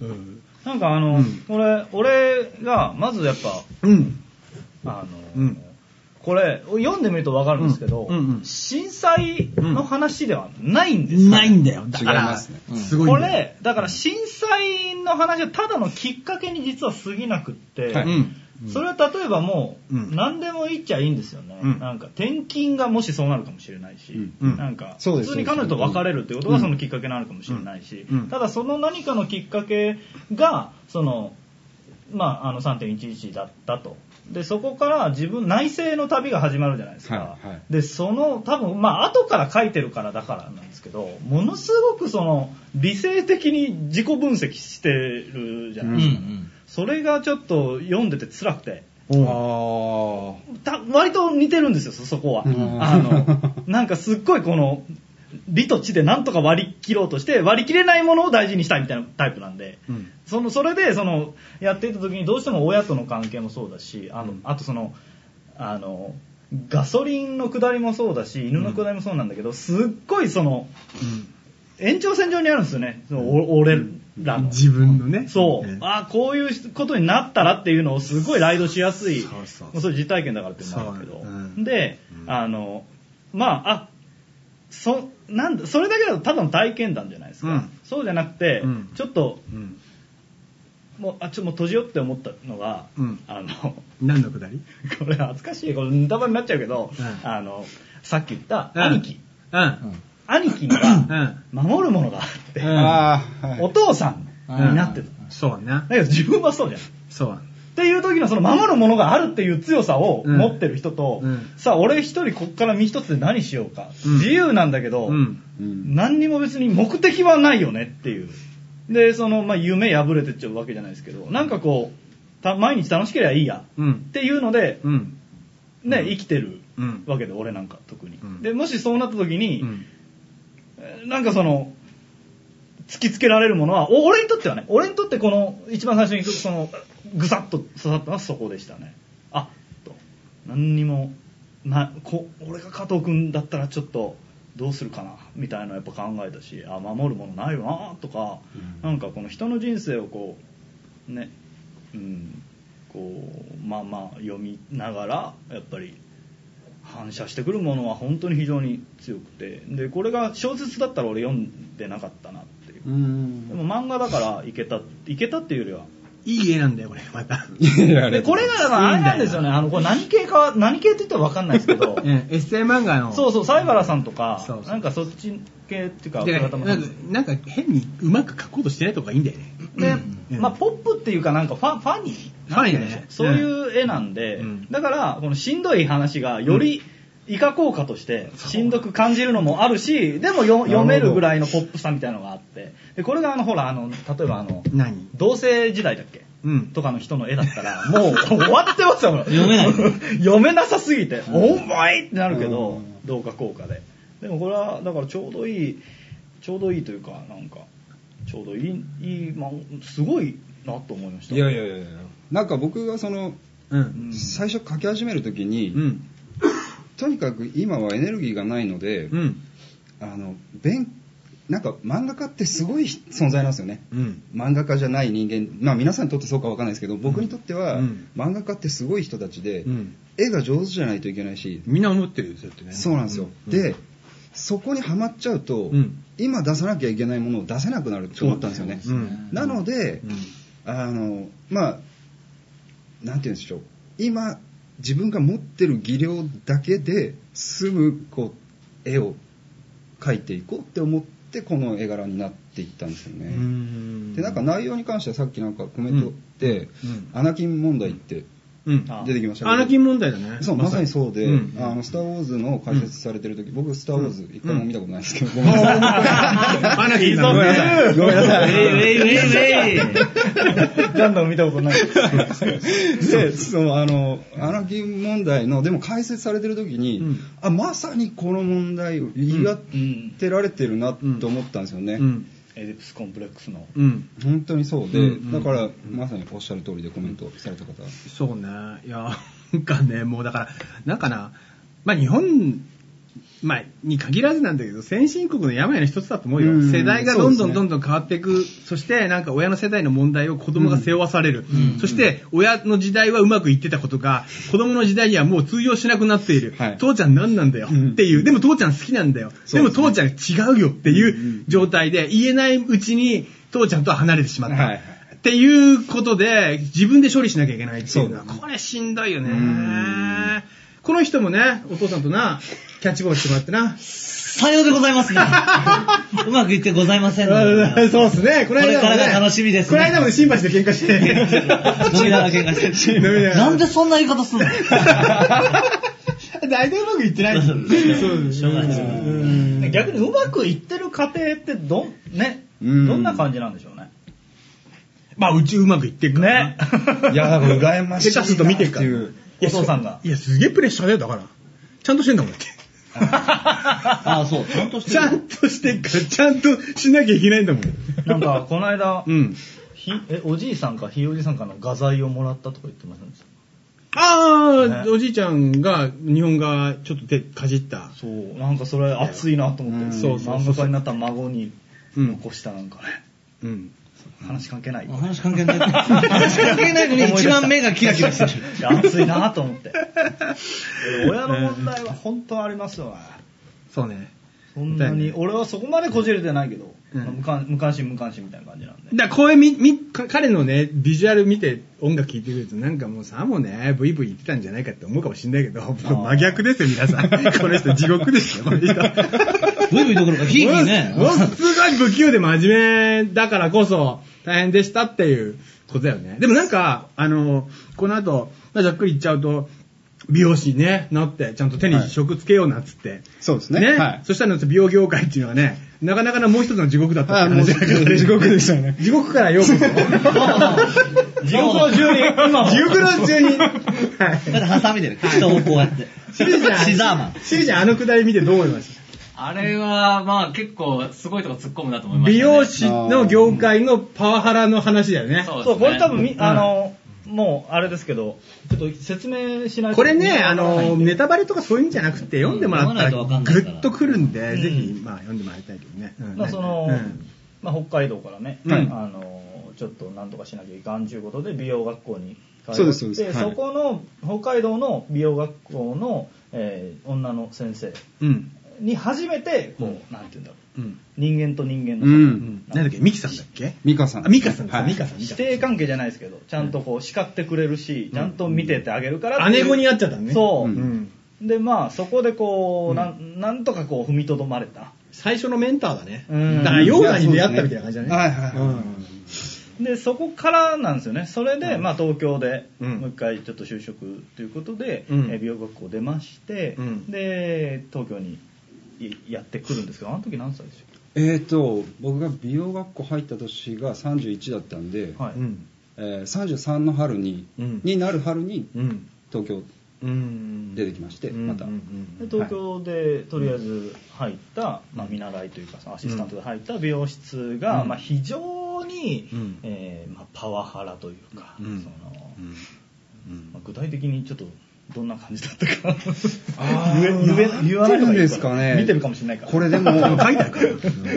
うん。
なんかあの、
うん
俺、俺が、まずやっぱ、
うん。
あの、
うん
これ、読んでみるとわかるんですけど、
うんうんうん
震災の話ではないんですよ。
ないんだよ。だ
違い
から。
ますね。うん
すごい
こ
んだよ。
れ、だから震災の話はただのきっかけに実は過ぎなくって、
はい
うん。
それは例えばもう、
うん
何でも言っちゃいいんですよね、
うん
なんか転勤がもしそうなるかもしれないし、
うん
なんか
そう
普
です
通に彼女と別れるってことがそのきっかけになるかもしれないし、
うんうん
ただその何かのきっかけがその、まあ、あの3.11だったと。でそこから自分内政の旅が始まるじゃないですか、
はいはい
でその多分まあ後から書いてるからだからなんですけどものすごくその理性的に自己分析してるじゃないですか、それがちょっと読んでて辛くて
あ
た割と似てるんですよそそこは、
うん
あのなんかすっごいこの理と知でなんとか割り切ろうとして割り切れないものを大事にしたいみたいなタイプなんで、
うん
そのそれでそのやっていた時にどうしても親との関係もそうだしあの、あとそのあのガソリンの下りもそうだし犬の下りもそうなんだけど、すっごいその延長線上にあるんですよねそのお俺らの。
自分のね。
そう、
ね
ああこういうことになったらっていうのをすごいライドしやすい
そうそう
もうそれ実体験だからっていうのもあるけど、
そううん
で、
うん
あのまああそなんだそれだけだとただの体験談じゃないですか、
うん
そうじゃなくて、
うん
ちょっと
うん。
もうあちょっともう閉じようって思ったのが、
うん
あの <laughs>
何のくだり
これ恥ずかしいこれネタバレになっちゃうけど、
うん
あのさっき言った
うん
兄貴、
うん。
兄貴に
う
は
ん。
守るものがあって、
うん
ああ、はい
お父さんになってた、
そうな。
だけど自分はそうじゃん
そうな。
っていう時のその守るものがあるっていう強さを
うん
持ってる人と、
うん
さあ俺一人こっから身一つで何しようか、
うん
自由なんだけど、
うん。
うん
何にも別に目的はないよねっていうでその、まあ、夢破れてっちゃうわけじゃないですけどなんかこうた毎日楽しければいいや
うん
っ。ていうので、
うん。
ね生きてる
うん。
わけで俺なんか特に、
うん
でもしそうなった時に、
うん。
えーなんかその突きつけられるものはお俺にとってはね俺にとってこの一番最初にそのぐさっと刺さったのはそこでしたねあと何にもなこ俺が加藤君だったらちょっとどうするかなみたいなのやっぱ考えたしあ守るものないよなとか、
うん
なんかこの人の人生をこうねうんこうまあまあ読みながらやっぱり反射してくるものは本当に非常に強くてでこれが小説だったら俺読んでなかったなっていうう、で
ん
も漫画だからいけたいけたっていうよりはい
い絵なんだよ、これ、 <laughs> また。
いやあ
で
りがとう
こ
ござ
れ
い
がだからあれなんですよねあのこれ何系か何系って言ったら分かんないですけ
<laughs>
ど
うん。エッセイ漫画の。
そうそう西原さんとか
そうそう
なんかそっち系っていうか
だから
倉田も
なんかなんか変にうまく書こうとしてないとこがいいんだよね。
で、
うん
まあ、ポップっていうかなんかファンファニー
ファンやね。
そういう絵なんで、
うん
だからこのしんどい話がよりイカ効果としてしんどく感じるのもあるしでもよ読めるぐらいのポップさみたいなのがあってでこれがあのほらあの例えばあの
うん。何
同性時代だっけ
うん。
とかの人の絵だったらもう終わってますよもう
読めない
<laughs> 読めなさすぎて重いってなるけ
う
ど
ん
同化効果ででもこれはだからちょうどいいちょうどいいというかなんかちょうどいいいい、まあ、すごいなと思いました
いやいやいやいやなんか僕がその
うん。
最初書き始めるときに、
うん。
とにかく今はエネルギーがないので、
うん。
あの勉なんか漫画家ってすごい存在なんですよね
うん。
漫画家じゃない人間、まあ、皆さんにとってそうかわかんないですけど僕にとっては、
うん
漫画家ってすごい人たちで、
うん。
絵が上手じゃないといけないし、
みんな思ってるよ、そうやってね。
そうなんですよ、
うん
でそこにはまっちゃうと、
うん
今出さなきゃいけないものを出せなくなると思ったんですよね
う。ん。
なので、
うん。
あのまあなんて言うんでしょう今自分が持ってる技量だけで済むこう絵を描いていこうって思ってこの絵柄になっていったんですよ
う
ね、
ん。
でなんか内容に関してはさっきなんかコメントで、
うん
アナキン問題って
うん。
あ
出てきましたけど
アナキン問題だね。
そうまさにそうで、
うん
あのスター・ウォーズの解説されてる時、僕スター・ウォーズ一回も見たことないですけど、ごめんなさい
アナキンだ
ご
もん
めんな
ね。
さい
ごめんなさ
ウェ
い
イウェイウェイウェイ
ガンダム見たことない。
で <laughs> そうあのアナキン問題のでも解説されてる時に、
うん
あまさにこの問題を言い当
うん。
てられてるなと思ったんですよね、
うん。
エディプスコンプレックスの。
うん。
本当にそうで、
うん
だからまさにおっしゃる通りでコメントされた方、
そうね。いや、なんかね、もうだから、なんかな、まあ日本、まあ、に限らずなんだけど、先進国の病の一つだと思うよ。
うん
世代がどんど
そうんですね
どんどん変わっていく。そして、なんか親の世代の問題を子供が背負わされる。そして、親の時代はうまくいってたことが、子供の時代にはもう通用しなくなっている。
はい
父ちゃん何なんだよ
うん
っていう。でも父ちゃん好きなんだよ。でも父ちゃん違うよっていう状態で、言えないうちに父ちゃんとは離れてしまった。
はい
っていうことで、自分で処理しなきゃいけないっていうのは、
そう
これしんどいよ
ん
ね。この人もね、お父さんとな、キャッチボールしてもらってな。
さようでございますね。うまくいってございませんの
<laughs>
で。
そうですね。この間もね
これからが楽しみです
こ
ね
の間もね新橋で喧嘩して。
飲みながら喧嘩して
飲みなが
る。
ら
なんでそんな言い方すんの
大体うまくいってない。
そうです
そう
しょうがないですね
うん
逆にうまくいってる過程ってどん、ね、ど
うん
んな感じなんでしょうね。
まあ、うちうまくいってるから
ね
な。。
いやだから羨ましい
下手すると見てるから
なっていう
お父さん
<laughs>
が。
<laughs> いや、すげえプレッシャーだよ、だから。ちゃんとしてんだもんだって。
ああ、そう。ちゃんとし
<laughs>
て
ちゃ
る。
んとしてっから、ちゃんとしなきゃいけないんだもん。
なんか、この間
う、ん。
ひえおじいさんかひいおじさんかの画材をもらったとか言ってませんでした
ああ、
ね
おじいちゃんが日本がちょっと手かじった。
そうなんかそれ熱いなと思って、
そうそうそう
漫画家になった孫に
うん
残したなんかね、
うん。
話関係ない
お話関係ない。話関係ないのに一番目がキラキラしてる。
いや熱いなと <laughs> 思って親の問題は本当ありますよね
そうね。
そんな
だ
に、
よね
俺はそこまでこじれてないけど、
うん
まあ無関無関心無関心みたいな感じなんで。
だからこれみ、み、か彼のね、ビジュアル見て音楽聴いてくると、なんかもうさもね、ブイブイ言ってたんじゃないかって思うかもしれないけど、僕
あー
真逆ですよ、
<laughs>
皆さん。この人地獄ですよ、この人。
ブイブイどころか、ヒーヒーね。
<laughs>
ものすごい不器用で真面目だからこそ、大変でしたっていうことだよね。でもなんか、あの、この後、まあざっくり言っちゃうと、美容師ね、なって、ちゃんと手に職つけようなっつって。
そうですね。
ね、
はい。
そしたら美容業界っていうのはね、なかなかのもう一つの地獄だった
あ
っ
あ、
て
もう
話だからね
地獄でしたね。
地獄からようこそ。
地獄の住人、今も
地獄の中に。はい。
だって挟みでる。人をこうやって。
しずちゃん、
シザーマン。
しずちゃん、あのくだり見てどう思いました
あれは、まあ結構すごいとこ突っ込むなと思いました、ね。
美容師の業界のパワハラの話だよね。
そうです
そ
ね。
う、これ多分み、あの、もう、あれですけど、ちょっと説明しないと。
これね、あの、
ね
ネタバレとかそういうんじゃなくて、読んでもらったら、
読まないとわかんないから
ぐっとくるんで、
うん
ぜひ、まあ、読んでもらいたいけどね。うん
まあその
うん
まあ、北海道からね、
はい
あの、ちょっとなんとかしなきゃいかんちゅうことで、美容学校に通って
そうですそうですはい
そこの、北海道の美容学校の、えー女の先生
うん。
に初めて、こう、なんて言うんだろう。
うん。
人間と人間
う
の
ん。
なんだっけ、ミキさんだっけ
ミカさん。
あ、ミカさんだ、
はい
ミカさん、ミ
指
カさ
定関係じゃないですけど、ちゃんとこう叱ってくれるし、ちゃんと見ててあげるから
ん。
ってい
姉
う
子になっちゃったのね。
そう、
うん
ん。
でまあそこでこう、なんなんとかこう踏みとどまれた
最初のメンターだね。
うん
だから、ヨーダに出会ったみたいな感じだね。
はいはいはい
でそこからなんですよねそれで、まあ東京で、
うん
もう一回ちょっと就職ということで、
うん
えー美容学校出まして、
うん、
で東京にいやってくるんですけどあの時何歳でし
えーと、僕が美容学校入った年が31だったん
ょ
で、
う、はいう
ん。
えー33の春に、
うん
になる春に
うん。
東京
うん。
出てきまして、
うん
また。
うんうん
で東京でとりあえず入った、まあ、見習いというかそのアシスタントで入った美容室が、まあ、非常に、
うん
えーまあ、パワハラというか、
うん
その
うん
まあ具体的にちょっとどんな感じだったか
あ
言え
ー
言え言わないと
なんてるん
い
で
い
すかね
見てるかもしれないから
これでも、
書いてあるから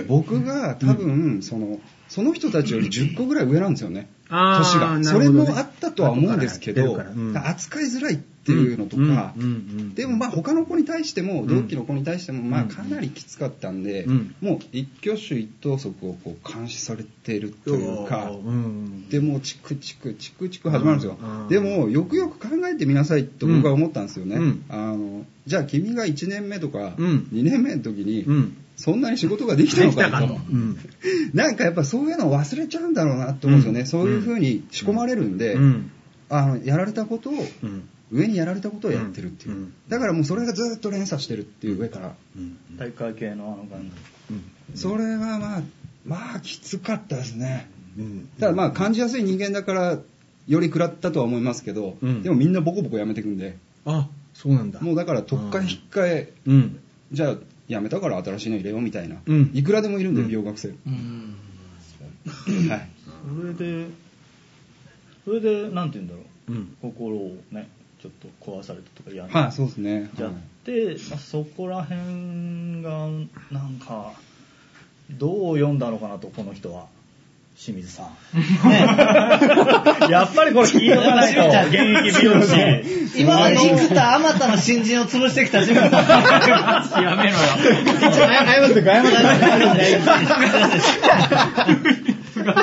僕が多分、その、その人たちより10個ぐらい上なんですよね。
あー
年が。
なる
そ
ほ
れ
どね
もあったとは思うんですけ
後
ど、
からやってるからうん
扱いづらいっていうのとか、
うんうんうん
でもまあ他の子に対しても、
ん
同期の子に対しても、ま
う
あ
ん
かなりきつかったんで、
うん
もう一挙手一投足をこう監視されてるというか、
うん。
でもうチクチクチクチク始まるんですよ、
うん
でもよくよく考えてみなさいと僕は思ったんですよね、
うん
あのじゃあ君が1年目とか
うん
2年目の時に、
うん。
そんなに仕事ができたのかと
うん。
<laughs> なんかやっぱそういうのを忘れちゃうんだろうなと思うんですよね、
うん
そういうふうに仕込まれるんで、
うん。
あのやられたことを、
うん。
上にやられたことをやってるっていう、
うん
だからもうそれがずっと連鎖してるっていう上から、
<laughs> 体育会系のあの感じ
それはまあまあきつかったですね、
うん。
ただまあ感じやすい人間だからより食らったとは思いますけど、
うん
でもみんなボコボコやめてくんで
あ、そうなんだ。
もうだから特化引っ換え
うん。
じゃあやめたから新しいの入れようみたいな、
うん
いくらでもいるんで美
<laughs>
容学生、
うん。
はい
それでそれでなんて言うんだろう
うん。
心をねちょっと壊されたとか嫌に
はい、
なっ
そうですね
ちゃって、まあ、そこら辺がなんかどう読んだのかなとこの人は清水さんやっぱりこれ聞いとかないと現役美容師
今まで幾多あまたの新人を潰してきた自分
やめろ <laughs> よ。
謝って謝って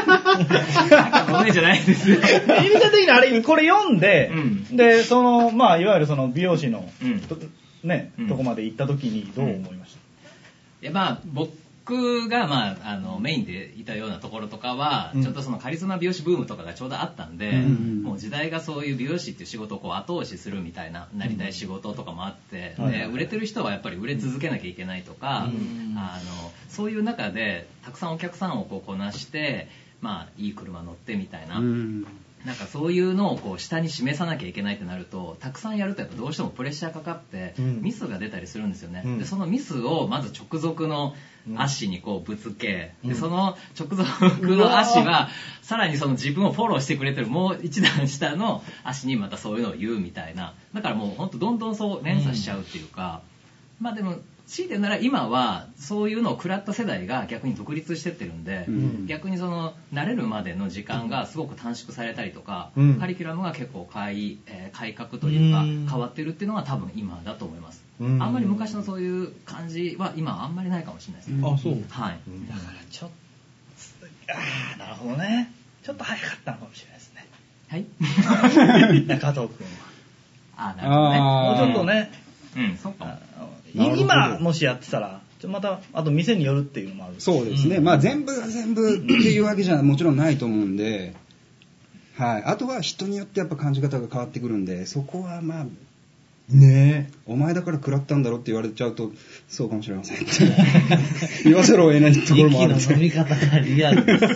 ごめんじゃないですよ。
意味的にあれ、これ読んで、
うん
で、その、まあ、いわゆるその美容師の、
うん
とね、
うん
とこまで行った時にどう思いまし
いやまあ僕が、まあ、あのメインでいたようなところとかは、
うん
ちょっとそのカリスマ美容師ブームとかがちょうどあったんで、
ん
もう時代がそういう美容師っていう仕事をこう後押しするみたいななりたい仕事とかもあって、
はいはい
で
はい
売れてる人はやっぱり売れ続けなきゃいけないとか、
うん
あのそういう中でたくさんお客さんをこうこなして、まあ、いい車乗ってみたいな。
うん
なんかそういうのをこう下に示さなきゃいけないってなるとたくさんやるとやっぱどうしてもプレッシャーかかって
うん
ミスが出たりするんですよね、
うん
でそのミスをまず直属の足にこうぶつけ、でその直属
うわ
の
ー
足はさらにその自分をフォローしてくれてるもう一段下の足にまたそういうのを言うみたいなだからもう本当どんどんそう連鎖しちゃうっていうか、まあでも強いて言うなら今はそういうのを食らった世代が逆に独立してってるんで、
うん
逆にその慣れるまでの時間がすごく短縮されたりとか、
うん
カリキュラムが結構改,、えー改革というか
うん
変わってるっていうのが多分今だと思います、
うん
あんまり昔のそういう感じは今あんまりないかもしれないですね、
あ、そう。
はい、
だからちょっと、ああ、なるほどね。ちょっと早かったのかもしれないですね。
はい
中藤君
あーなるほどね
は。
あ
もうちょっとね、
うんそっかも
あ
なるほ
の
ど
今もしやってたら、ちょまた、あと店によるっていうのもある。
そうですね、まあ全部が全部っていうわけじゃもちろんないと思うんで、はい、あとは人によってやっぱ感じ方が変わってくるんで、そこはまあ、
ね
お前だから食らったんだろって言われちゃうと、そうかもしれませんって <laughs> 言わざるを得ないところもあるん
息の飲
で
み方がリアルですごい。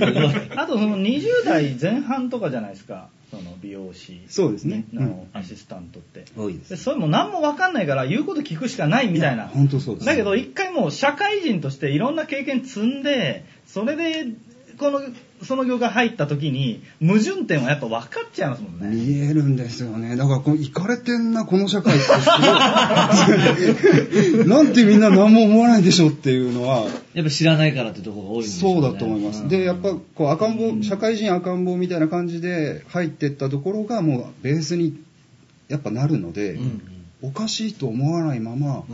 あとその20代前半とかじゃないですか、その美容師
そうですね、うん
のアシスタントって。
多いで。
ですそれも何も分かんないから言うこと聞くしかないみたいな。
本当そうです。
だけど一回もう社会人としていろんな経験積んで、それで、この、その業界入った時に、矛盾点はやっぱ分かっちゃいますもんね。
見えるんですよね。だから、この、行かれてんな、この社会ってすごい。 <laughs> なんてみんな何も思わないでしょっていうのは、
やっぱ知らないからってとこが多いんです
そうだと思います。で、やっぱ、こう、赤ん坊、社会人赤ん坊みたいな感じで入ってったところが、もう、ベースに、やっぱなるので、おかしいと思わないまま、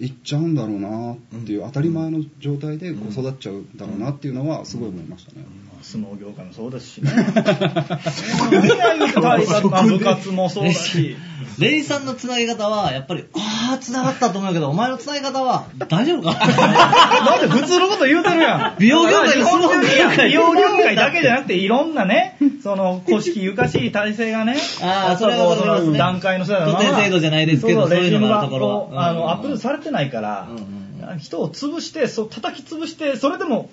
行っちゃうんだろうなっていう、当たり前の状態で、こう、育っちゃうんだろうなっていうのは、すごい思いましたね。
相撲業界もそうですし
<laughs>
ね。恋愛業界だ部活もそうだし。
レイさんの繋ぎ方は、やっぱり、ああ、繋がったと思うけど、お前の繋ぎ方は、大丈夫か
だって普通のこと言うてるやん。
美容業界
日
の
本
相撲
中
業界
に美容業界だけじゃなくて、いろんなね、その、古式ゆかしい体制がね、
あーそれはわかりますね
段階の世代のまま
徒弟制度じゃないですけど
そう
そういうのがあるところは
レベルがこうあ
うんうんうん
の、アップデートされてないから
うんうん、
人を潰して、そう、叩き潰して、それでも、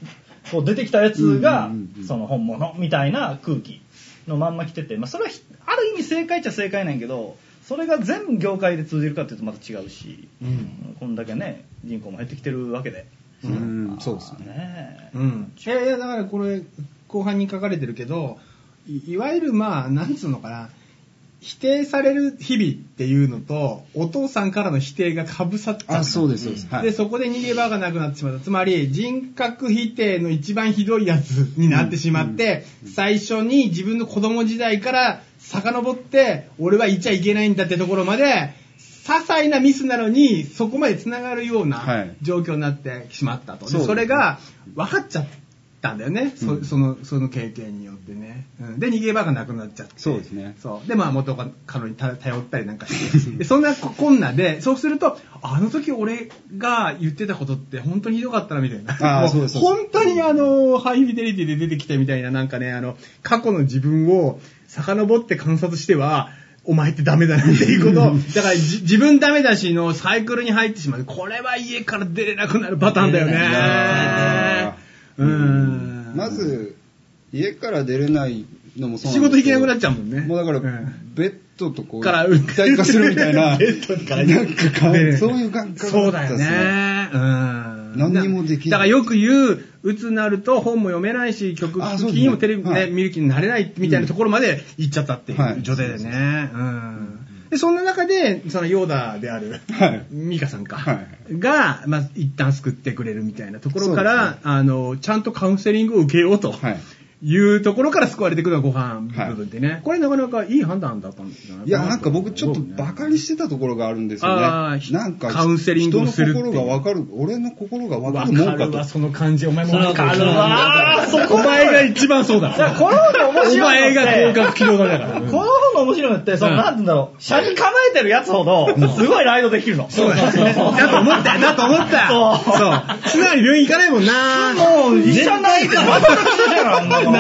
こう出てきたやつが
うんうんうんう、ん
その本物みたいな空気のまんま来てて、まあそれはひ、ある意味正解っちゃ正解なんやけど、それが全業界で通じるかっていうとまた違うし、こんだけね、人口も減ってきてるわけで。
うん、そうですね。
ね
うん。いやいや、だからこれ、後半に書かれてるけど、いいわゆるまあ、なんつうのかな、否定される日々っていうのと、お父さんからの否定がかぶさった。
あ、そうです、そうです。はい
で、そこで逃げ場がなくなってしまった。つまり、人格否定の一番ひどいやつになってしまって、最初に自分の子供時代から遡って、俺はいちゃいけないんだってところまで、些細なミスなのに、そこまで繋がるよう
は
ない状況になってしまったと。で
そうです
それが、分かっちゃったんだよね。そその、その経験によってね。うんで、逃げ場がなくなっちゃって。
そうですね
そう。で、まあ、元カノに頼頼ったりなんか
<laughs>
して。でそんなここんなで、そうすると、あの時俺が言ってたことって本当にひどかったな、みたいな。
あー
も
そうですそうです
本当にあの、ハイフィデリティで出てきたみたいな、なんかね、あの、過去の自分を遡って観察しては、お前ってダメだなっていうことを、だからじ自分ダメだしのサイクルに入ってしまう。これは家から出れなくなるパターンだよ
出れ
ね。うん。
ま、ず、家から出れないのもそう
仕事行けなくなっち
ゃ
ゃうもんね。
もうだから、
ん
ベッドとこう、
から
一体化するみたい
<laughs>
な、
ベッドにから
なんかか
ね
そういう感覚
そう
だ
だ
った
よ
っすね
ね。うん。
何にもできない
だからよく言う、鬱になると本も読めないし、曲
あ
聴
そう
き
ですね
にもテレビね、
はい
見る気になれないみたいなところまで行っちゃったってい
は
う
い
状態だよね。うん。で、そんな中で、そのヨーダである、
はい
ミカさんか、
は
が、まあ、一旦救ってくれるみたいなところか
そう
ら、
ですね
あの、ちゃんとカウンセリングを受けようと。
はい
い。うところから救われてくるのがご飯部分でね、これなかなかいい判断だったんじゃない
いや、なんか僕ちょっとバカにしてたところがあるんです
あ
よ
ー
ね
ひ。
なんか、
カウンセリングをするって
人
いう
の心がわかる、俺の心がわか
わ
るも
か
んか
る
と
わ、。その感じ。お前も
それは
わかる
わ
わ。そこお前が一番そうだ。この方が面白い。お前が広角機動だから。
この本の面白いのって、その、
うん
なんて言うんだろう、車に構えてるやつほど、すごいライドできるの。
そうだ
<laughs>
だと思ったよ、だと思ったよ。
そう
そう。素直に病院行かないもんな
もう、 <laughs> 一緒ないから、全く一緒じゃんあんなもん
な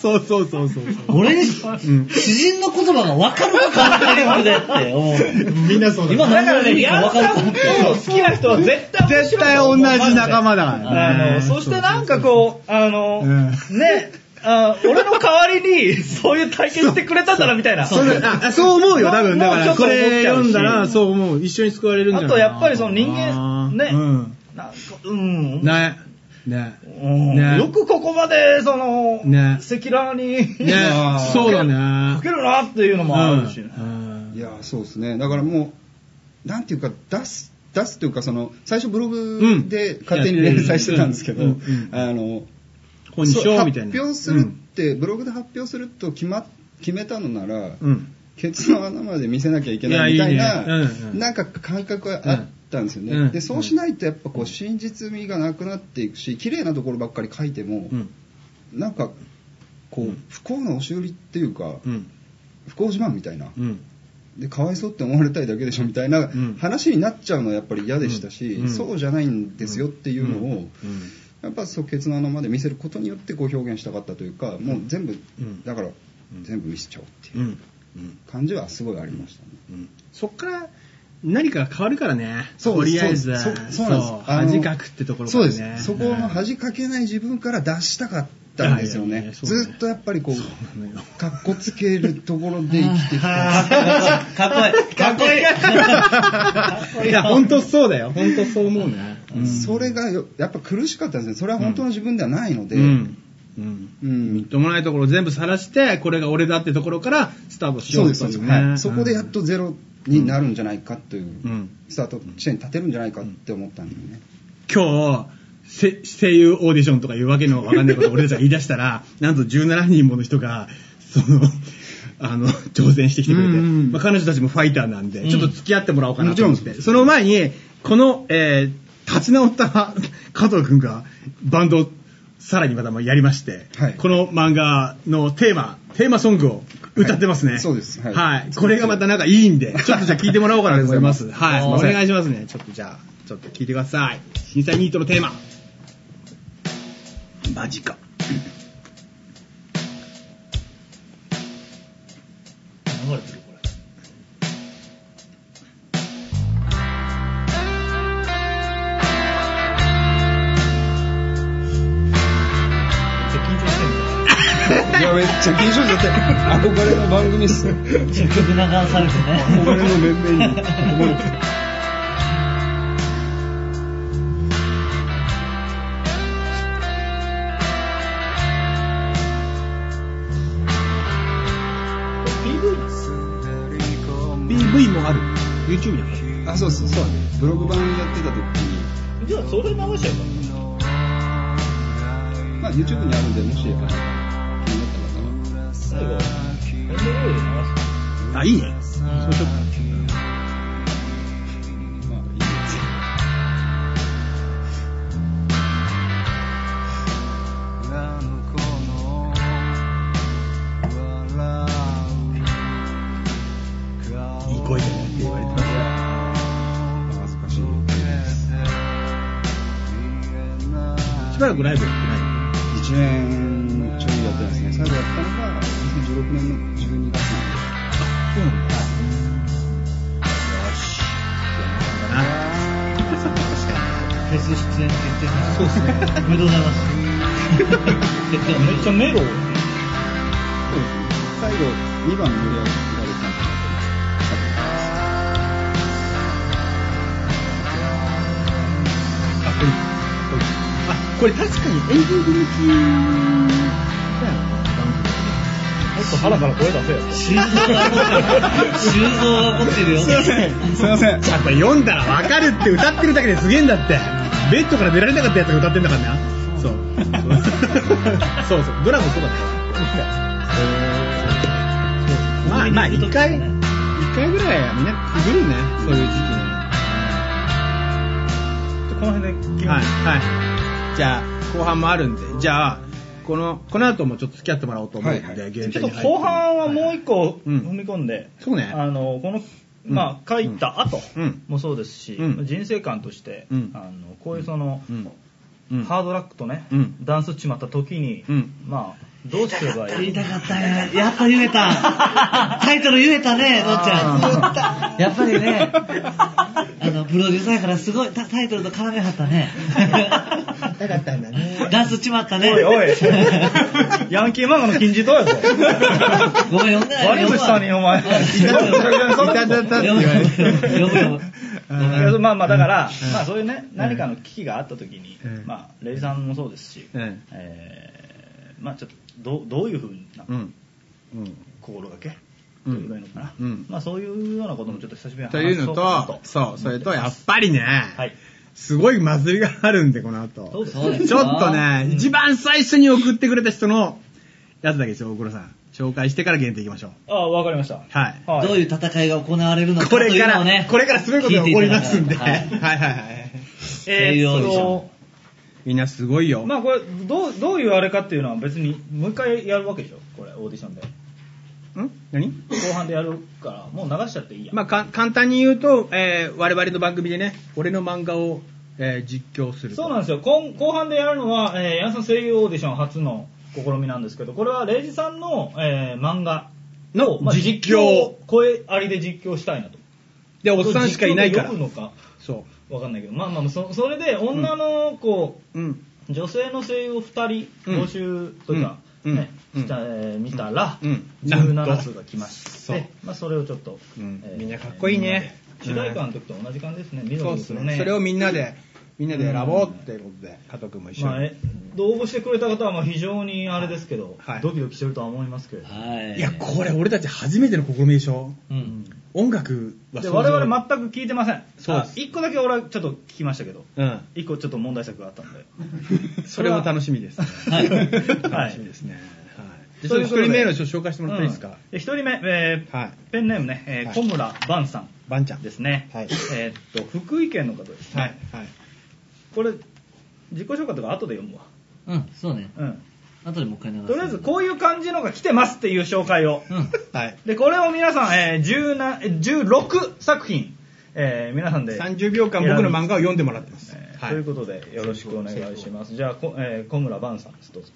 そうそうそうそう。
俺に、詩人の言葉が分かるのかっていうでって思う。
みんなそうだ。
今
だからね、
何言
リア
わ
ル
分か
さ
る
ん
と
を
思って。
好きな人は絶対面
絶
白い
対
と
同
思う
じ仲間だから
あの、
ね。
そしてなんかこう、あの、
う
ね、あ俺の代わりに、そういう体験してくれたんだな、みたいな。
それああそう思うよ、多分。だか
も
ら、
うちょ
こ
っと思っ
れ
ちゃうし
読んだら、そう思う。一緒に救われるんじゃない
あとやっぱりその人間
あー
ね
うん
なんか、うん。
ね。ね。
うん
ね
よくここまで、その、
ね
赤裸々に、
ね
やー
そうだ
か
ね
け。るなっていうのもあるしね。
うん
いや、そうですね。だからもう、なんていうか、出す出すというか、その、最初ブログで勝手に連載してたんですけど、
うんうん
あの、
本にしよ
そうう
みたいな。
発表するって、ブログで発表すると決ま、決めたのなら、
うん。
ケツの穴まで見せなきゃいけないみたい
いやいい
な
ねうんうん、
なんか感覚があったんですよ
う
ね。
ん
で、そうしないとやっぱこう、真実味がなくなっていくし、綺麗なところばっかり書いても
う、ん。
なんか、こう、不幸の押し売りっていうか、
うん。
不幸自慢みたいな。
うん。
でかわいそうって思われたいだけでしょみたいな
うん
話になっちゃうのはやっぱり嫌でしたし、
うんうん
そうじゃないんですよっていうのを、
うん。
やっぱそうケツの穴まで見せることによってこう表現したかったというかもう全部、
うん
だから全部見せちゃおうって
う。
いうん
うん。
感じはすごいありましたね。
そっから何かが変わるからね。
そう
と
です
りあえずは。
そうそうそうなんですあの
恥かくってところか
そ
ら
う
ね。
ですそこの恥かけない自分から出したかったんですよ
いやいやい
ね
やそうね
ずっとやっぱりこう
うんね
かっこつけるところで生きてきた
かっこいい。かっこいい。
いや、本当そうだよ。本当そう思うね。
それがよやっぱ苦しかったんですねそれは本当の自分ではないので、
うん。うん。
うん
みっともないところを全部晒して、これが俺だってところからスタートしよ
そうう
とい
で
う
す、そうです
ね
はい、そこでやっ。とゼロになるんじゃないかという、
うん。
スタート地点に立てるんじゃないかって思ったんだよね。
今日、せ声優オーディションとかいうわけのわかんないことを俺たちが言い出した
<laughs>
ら、なんと17人もの人が、その、 <laughs> あの、挑戦してきてくれて、
うんうん
まあ、彼女たちもファイターなんで、ちょっと付き合ってもらおうかなと思って、
もちろんです
その前に、この、えー、立ち直った <laughs> 加藤くんが、バンドをさらにまたもやりまして、
はい
この漫画のテーマ、テーマソングを歌ってますね。
はいそうです
は。
はいい
これがまたなんかいいんで、ちょっとじゃあ聞いてもらおうかなと思います。
あ
<laughs> はい。
り
お
がとうございます
願いしますね。ちょっとじゃあ、ちょっと聞いてください。審査ニートのテーマ。マジか。
流れてるこれ。
いや、めっちゃ緊張しちゃって、 <laughs> 憧れの番組っす。憧
結局流されて
れ
ね。
の面々
<laughs>
に。
PV もある。YouTube にある。
あ、そうそう、そうだね。ブログ版やってた時に、
じゃあ、それ流しちゃえばいいの
まあ YouTube にあるんで、もし、あの気になった方は。
最後、エンドロールで流して。
あ、いいね。そうしよ
まあいいです
うかいい声だねって言われてますよ。
まあ恥ずかしい。
しばらくライブやってない。
1年ちょいやってますね。最後やったのが、2016年の12月なんで。
そうなんだ。よし。じゃあ、なんかな。
<laughs> フェス出演決定そうですね。おめでとうございます。 <laughs> 決定おめ
めっちゃメロ。
最後2番盛り上がられたん
あ、これ確かにエンディング向きだよね。
もっと腹から声出せよ。
<laughs>
心臓が、心臓が怒ってるよ。すいません。
すいません
やっぱ読んだらわかるって歌ってるだけですげえんだって。ベッドから出られなかったやつが歌ってんだからな。 <laughs> そう。そうそう。ドラマそうだった。まあまあ一回、一回ぐらいはみんなくぐるね。そういう時期
この辺で決め
に。はい。はい。じゃあ、後半もあるんで。じゃあ、この、この後もちょっと付き合ってもらおうと思うん
は
で、
いは
限定に
ち
入
ょっと後半はもう一個
うん
踏み込んで、
そうね
あのこの、
うん
まあ、書いた後
うん
もそうですし、
うん
人生観として、
うん
あのこういうその、
うん。うん。
ハードラックとね、
うん
ダンスっちまった時に、
うん
まあ、どうすれば
や
い
り
い
たかったね。やっぱ言えた。タイトル言えたね、のっちゃん。やっぱりね、あの、プロデューサーやからすごいタタイトルと絡めはったね。
痛かったんだね。
ダンスちまったね。
おい <laughs> おいヤンキー漫画の金字塔や
<laughs>
ぞ
ごめん、読んでない。
悪いことしたのにお前いた
たたたって言
読
わ
む
れて。
読む読む。
いやまあまあだから、
うん
まあそういうね、何かの危機があった時に、
うん
まあレイさんもそうですし、
うん
えーまあちょっとどうどういうふうな
うん。うん。
心がけと言えばいいのかな、
うんうん
まあ、そういうようなこともちょっと久しぶりに
という
そ
の
うかな
と、そう、それと、やっぱり
は
ね、
い
すごい祭りがあるんで、この後。
そうです
そうです
ちょっとね、一番最初に送ってくれた人のやつだけですよ、大黒さん。紹介してから限定いきましょう。
ああわかりました
はい。
はい
どういう戦いが行われるのか
ことれ
い
か
うの
ら、
をね。
これからすごいことが起こりますんで。
聞い
はい、
てい
は
ただ
い
か
はいはい。
え
栄養
ー、
士
っと
みんなすごいよ。
まあこれどうどういうあれかっていうのは別にもう一回やるわけでしょこれオーディションで
ん何
後半でやるからもう流しちゃっていいや、
まあ、か簡単に言うと、えー我々の番組でね、俺の漫画を、えー実況すると。
そうなんですよ今後半でやるのは、えー、矢野さん声優オーディション初の試みなんですけどこれはレイジさんの、えー漫画
の
まあ
実況。
声ありで実況したいなと
で、おっさんしかいないから
実況。で呼ぶのか
そ
わかんないけどまあまあそそれで女の子、
う。うん。
女性の声優を2人
うん
募集というか、
うん
ね
うん
したえー見たら、
うん
17通が来まして、
そう
まあ、それをちょっと、
うん
えー
みんなかっこいいね
みんなで主題歌の時と同じ感じですね、緑
そう
の
です
時の
ね。それをみんなで、みんなで選ぼうっていうことで、加藤君も一緒
まあ、
に
え。応募してくれた方はまあ非常にあれですけど、
はい
ドキドキしてるとは思いますけれど、
はい。
いや、これ俺たち初めての試みでしょ
うん。
音楽は
で
想像
我々全く聞いてません
そうです
あ一個だけ俺はちょっと聞きましたけど
うん。
一個ちょっと問題作があったんで
それも楽しみ <laughs> です。
はい
楽しみですね。はい。でちょっと一人目の人紹介してもらっていいですか、
うんで一人目、えー
はい
ペンネームね、えー
はい
小村晩さん
バンちゃん。
ですね、
はい
えーっと福井県の方です、
はい。はい。
これ自己紹介とか後で読むわ、
うん、そうね。
うん、
あとでもう一回流す。
とりあえずこういう感じのが来てますっていう紹介を、
うん。
はい。
でこれを皆さん、えー10なえー16作品、えー皆さんで、
30秒間僕の漫画を読んでもらってます。
えー
はい
ということでよろしくお願いしますじゃあ、こえー小村晩さんですどうぞ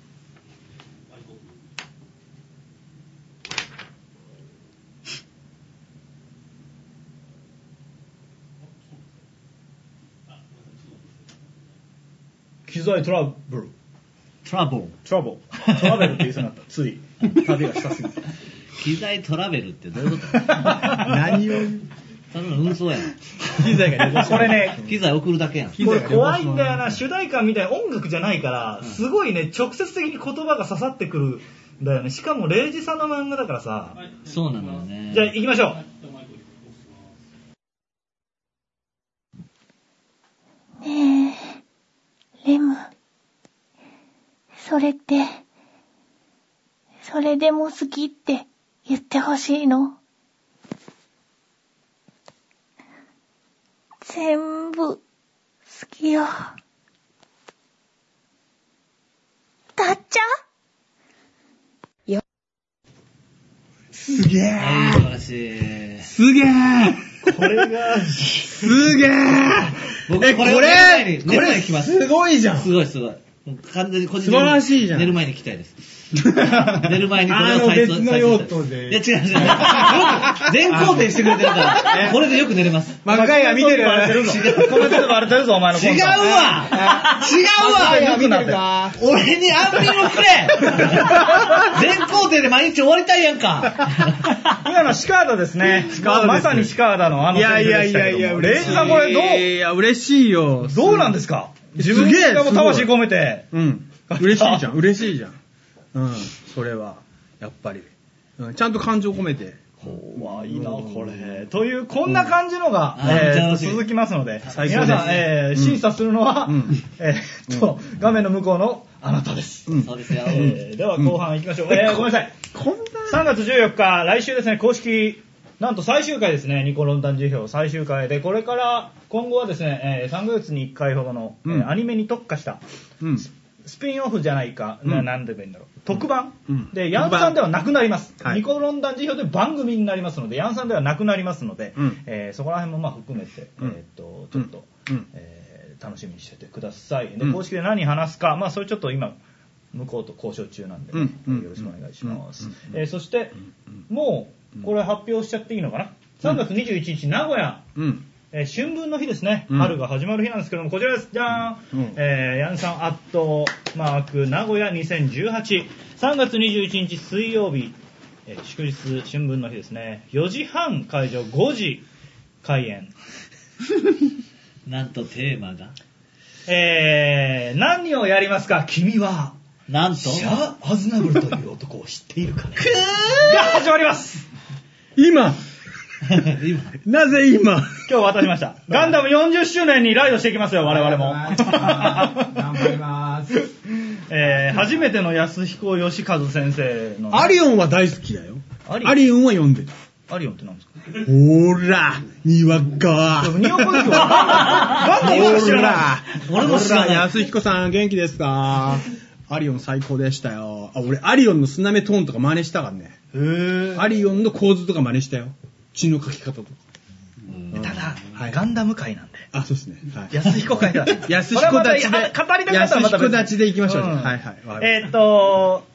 機材トラブル
トラボル。
トラブルトラベルって言いそうになったつい旅がしたすぎて
機材トラベルってどういうこと
何を
ただの運送やん。
機材が出てきた
これね
機材送るだけやん。
機
こ
材
れ
が
怖いんだよな、主題歌みたいな音楽じゃないから、すごいね、直接的に言葉が刺さってくるんだよね。しかも、レイジさんの漫画だからさ。
そうなのよね。
じゃあ、行きましょう。
ねえ、レム。それって、それでも好きって言ってほしいの全部好きよ。たっちゃ
すげえ
はい、素晴らしい。
すげえ
これが、
すげえ
僕
え、こ
これを寝る前
れ
に
こ
寝る前
れ
に来ます
すごいじゃん
すごいすごい。もう完全に個人的
素
に
晴らしいじゃん
寝る前に聞きたいです。
<laughs>
寝る前にこれを再
あ
再
の別
生
の用途
い
で
や違う違う。よく全肯定してくれてるから、これでよく寝れます。
マッカイア <laughs> 見てる
バレてるぞ。コメントでバレてるぞ、お前のコ
違
ン
う
ト。
<laughs>
わ違うわ
見てるか
俺にアンビルくれ全工程で毎日終わりたいやんか
今のシカーダですね。
カーダです
まさにシカーダのあの
いや
セ
い
リフ
や
で
い
した
や
けども
いや、
レイジさんこれど
いや、嬉しいよ。
う、どうなんですか
す
自分
すげえ
がもう魂込めて。
うん。嬉しいじゃん、嬉しいじゃん。うん、それは、やっぱり。うんちゃんと感情込めて。
わあいいなこれというこんな感じのが、
うん
えー
あー
続きますので
最高
皆
です
さん、えー審査するのは、
うん
えーっと画面の向こうのあなたです、
うん
そうですよ。
えーでは後半いきましょう、えーごめんなさい
こんな
3月14日来週ですね公式なんと最終回ですねニコロン団辞表最終回でこれから今後はですね、え3ヶ月に1回ほどの、えー
うん
アニメに特化した
うん。
スピンオフじゃないか、な
うん
なんでもいいんだろう。特番、
うん
で、
特番
ヤンさんではなくなります。
はい
ニコロン団辞表で番組になりますので、ヤンさんではなくなりますので、
うん
えーそこら辺もまあ含めて、
うん
えーっと、ちょっと、
うん
えー楽しみにしててください。で、
うん
公式で何話すか、まあ、それちょっと今、向こうと交渉中なんで、
うん
えー
うん
よろしくお願いします
うん。
えーそして、もう、これ発表しちゃっていいのかな ?3 月21日、名古屋、
うん。
えー春分の日ですね、
うん
春が始まる日なんですけども、こちらです、じゃーん、
うん
えーヤンさんアットマーク名古屋2018、3月21日水曜日、えー祝日春分の日ですね、4時半会場、5時開演、
なんとテーマが、
えー、何をやりますか、君は、
なんと、
シャア・アズナブルという男を知っているかね、が始まります
<laughs> 今、
今。
なぜ今、
今日渡しました。ガンダム40周年にライドしていきますよ、我々も。
頑張ります。
<laughs> えー、初めての安彦義和先生の。
アリオンは大好きだよ。
アリオン
アリオンは読んでた。
アリオンって何ですか
ほら、にわか。
でもにわかですよガンダムは知らない。
俺も知らない
ほ安彦さん、元気ですかアリオン最高でしたよ。あ、俺、アリオンのスナメトーンとか真似したからね。
へー
アリオンの構図とか真似したよ。血の描き方とか。
ただ、
はい
ガンダム界なん
<laughs>
で。
あ、そうですね。はい。
安彦会だ。
安彦たち
これはま
で。
た語りたかったらまた別
安彦たちで行きましょう。
ん
はいはいわかりました。
<laughs> えーっと、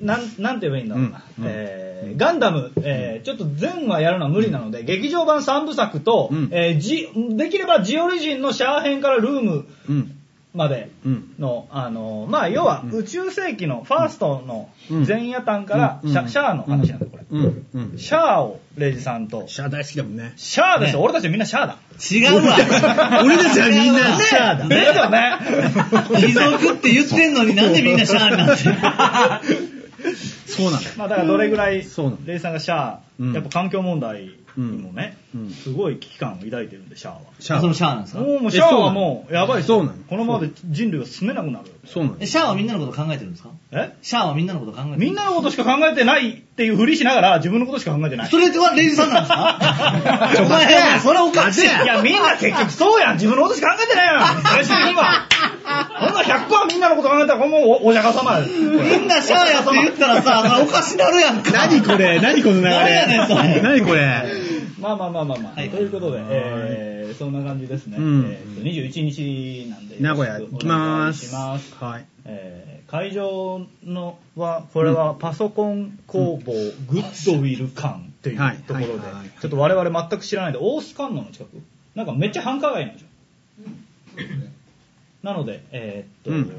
なん、なんて言えばいいんだろうな。
うんうん
えーガンダム、えーちょっと全話やるのは無理なので、劇場版3部作と、
うん
えージできればジオリジンのシャア編からルーム
うん。
まで
うん。
の、あのーまあ、要は宇宙世紀のファーストの
うん
前夜短からシ
うんう
ャ
ん
シャアの話なんだ、これ。
うん。うん。
シャアをレイジさんと、
シャア大好きだもんね。
シャアですよ、俺たちみんなシャアだ。
違うわ。
俺たちはみんなシャアだ。
ですよ
<laughs>
ね。
貴族って言ってんのになんでみんなシャーになってる
そうなの。
まあだからどれぐらい、
そうなの
レイさんがシャア、
うん
やっぱ環境問題にもね、
うんうん
すごい危機感を抱いてるんで、シャアは。
シャ
あその
ア。
シャーなんですか
もうもう
え
シャアはもう、やばいですよ
そうなの
このままで人類が住めなくなるよ。
そうなの
え。シャーはみんなのこと考えてるんですか
え
シャーはみんなのこと考えてる
みんなのことしか考えてないっていうふりしながら、自分のことしか考えてない
そ。れはレイジさ
<laughs>
んなんですか
ちょ
お前はそれおかしい。
いや、みんな結局そうやん。自分のことしか考えてないやん。最終的には。こんな100%みんなのこと考えたら、これもうおお釈迦様です。これ
みんなシャーやって言ったらさ、それおかしなるやんか。
何これ何この流
何やねんそれ
れ何これ
まあまあまあまあまあ。
はい
ということで、えー、そんな感じですね。
うん
えーと21日なんで。
名古屋
よろし
行き
くお願
ま
い
す。
します。
はい。
えー会場のは、これはパソコン工房グッドウィル館ってい
はいう
ところで
はいはい、
ちょっと我々全く知らないで、大須観音の近くなんかめっちゃ繁華街なんでしょ。なので、えーっと、
うん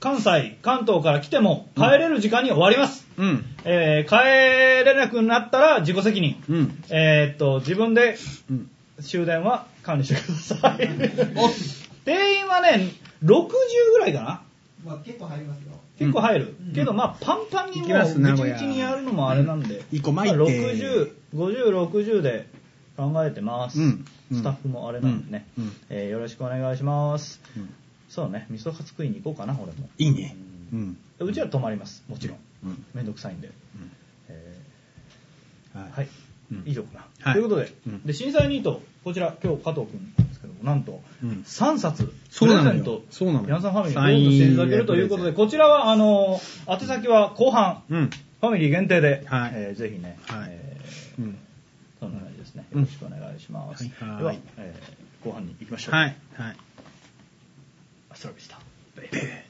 関西、関東から来ても帰れる時間に終わります。
うん。
えー帰れなくなったら自己責任。
うん。
えーっと、自分で
うん。
終電は管理してください。定員はね、60ぐらいかな。結構入る。けど、まあ、パンパンにもう、
行きます名
1
古屋
日にやるのもあれなんで、
一個
まあ、
巻いて
60、50、60で考えてます。
うんうん
スタッフもあれなんでね、
うんうん
えーよろしくお願いします。
うん
そうね、味噌カツ食いに行こうかな、俺も。
いいね。うん。
うちは泊まります、もちろん。
うん
めんどくさいんで。えーは
はい。
い
うん、
以上かな。
はい
ということで、
うん
で震災ニート、こちら、今日加藤君なんですけども、なんと、
うん
3冊、プ
そう
レ
なの
ゼ
よ
ント、
そうなのよ
皆さんファミリーに応募していただけるということ
サイン入
で、こ
り
ちらは、あの、宛先は後半、
うん。
ファミリー限定で、
はい
えーぜひね、
はい
えー
うん。
そんな感じですね。
う
よ
ん
ろしくお願いします。
はいはい
では、えー後半に行きましょう。
はい。はい。
アストラビスタ。ベイベー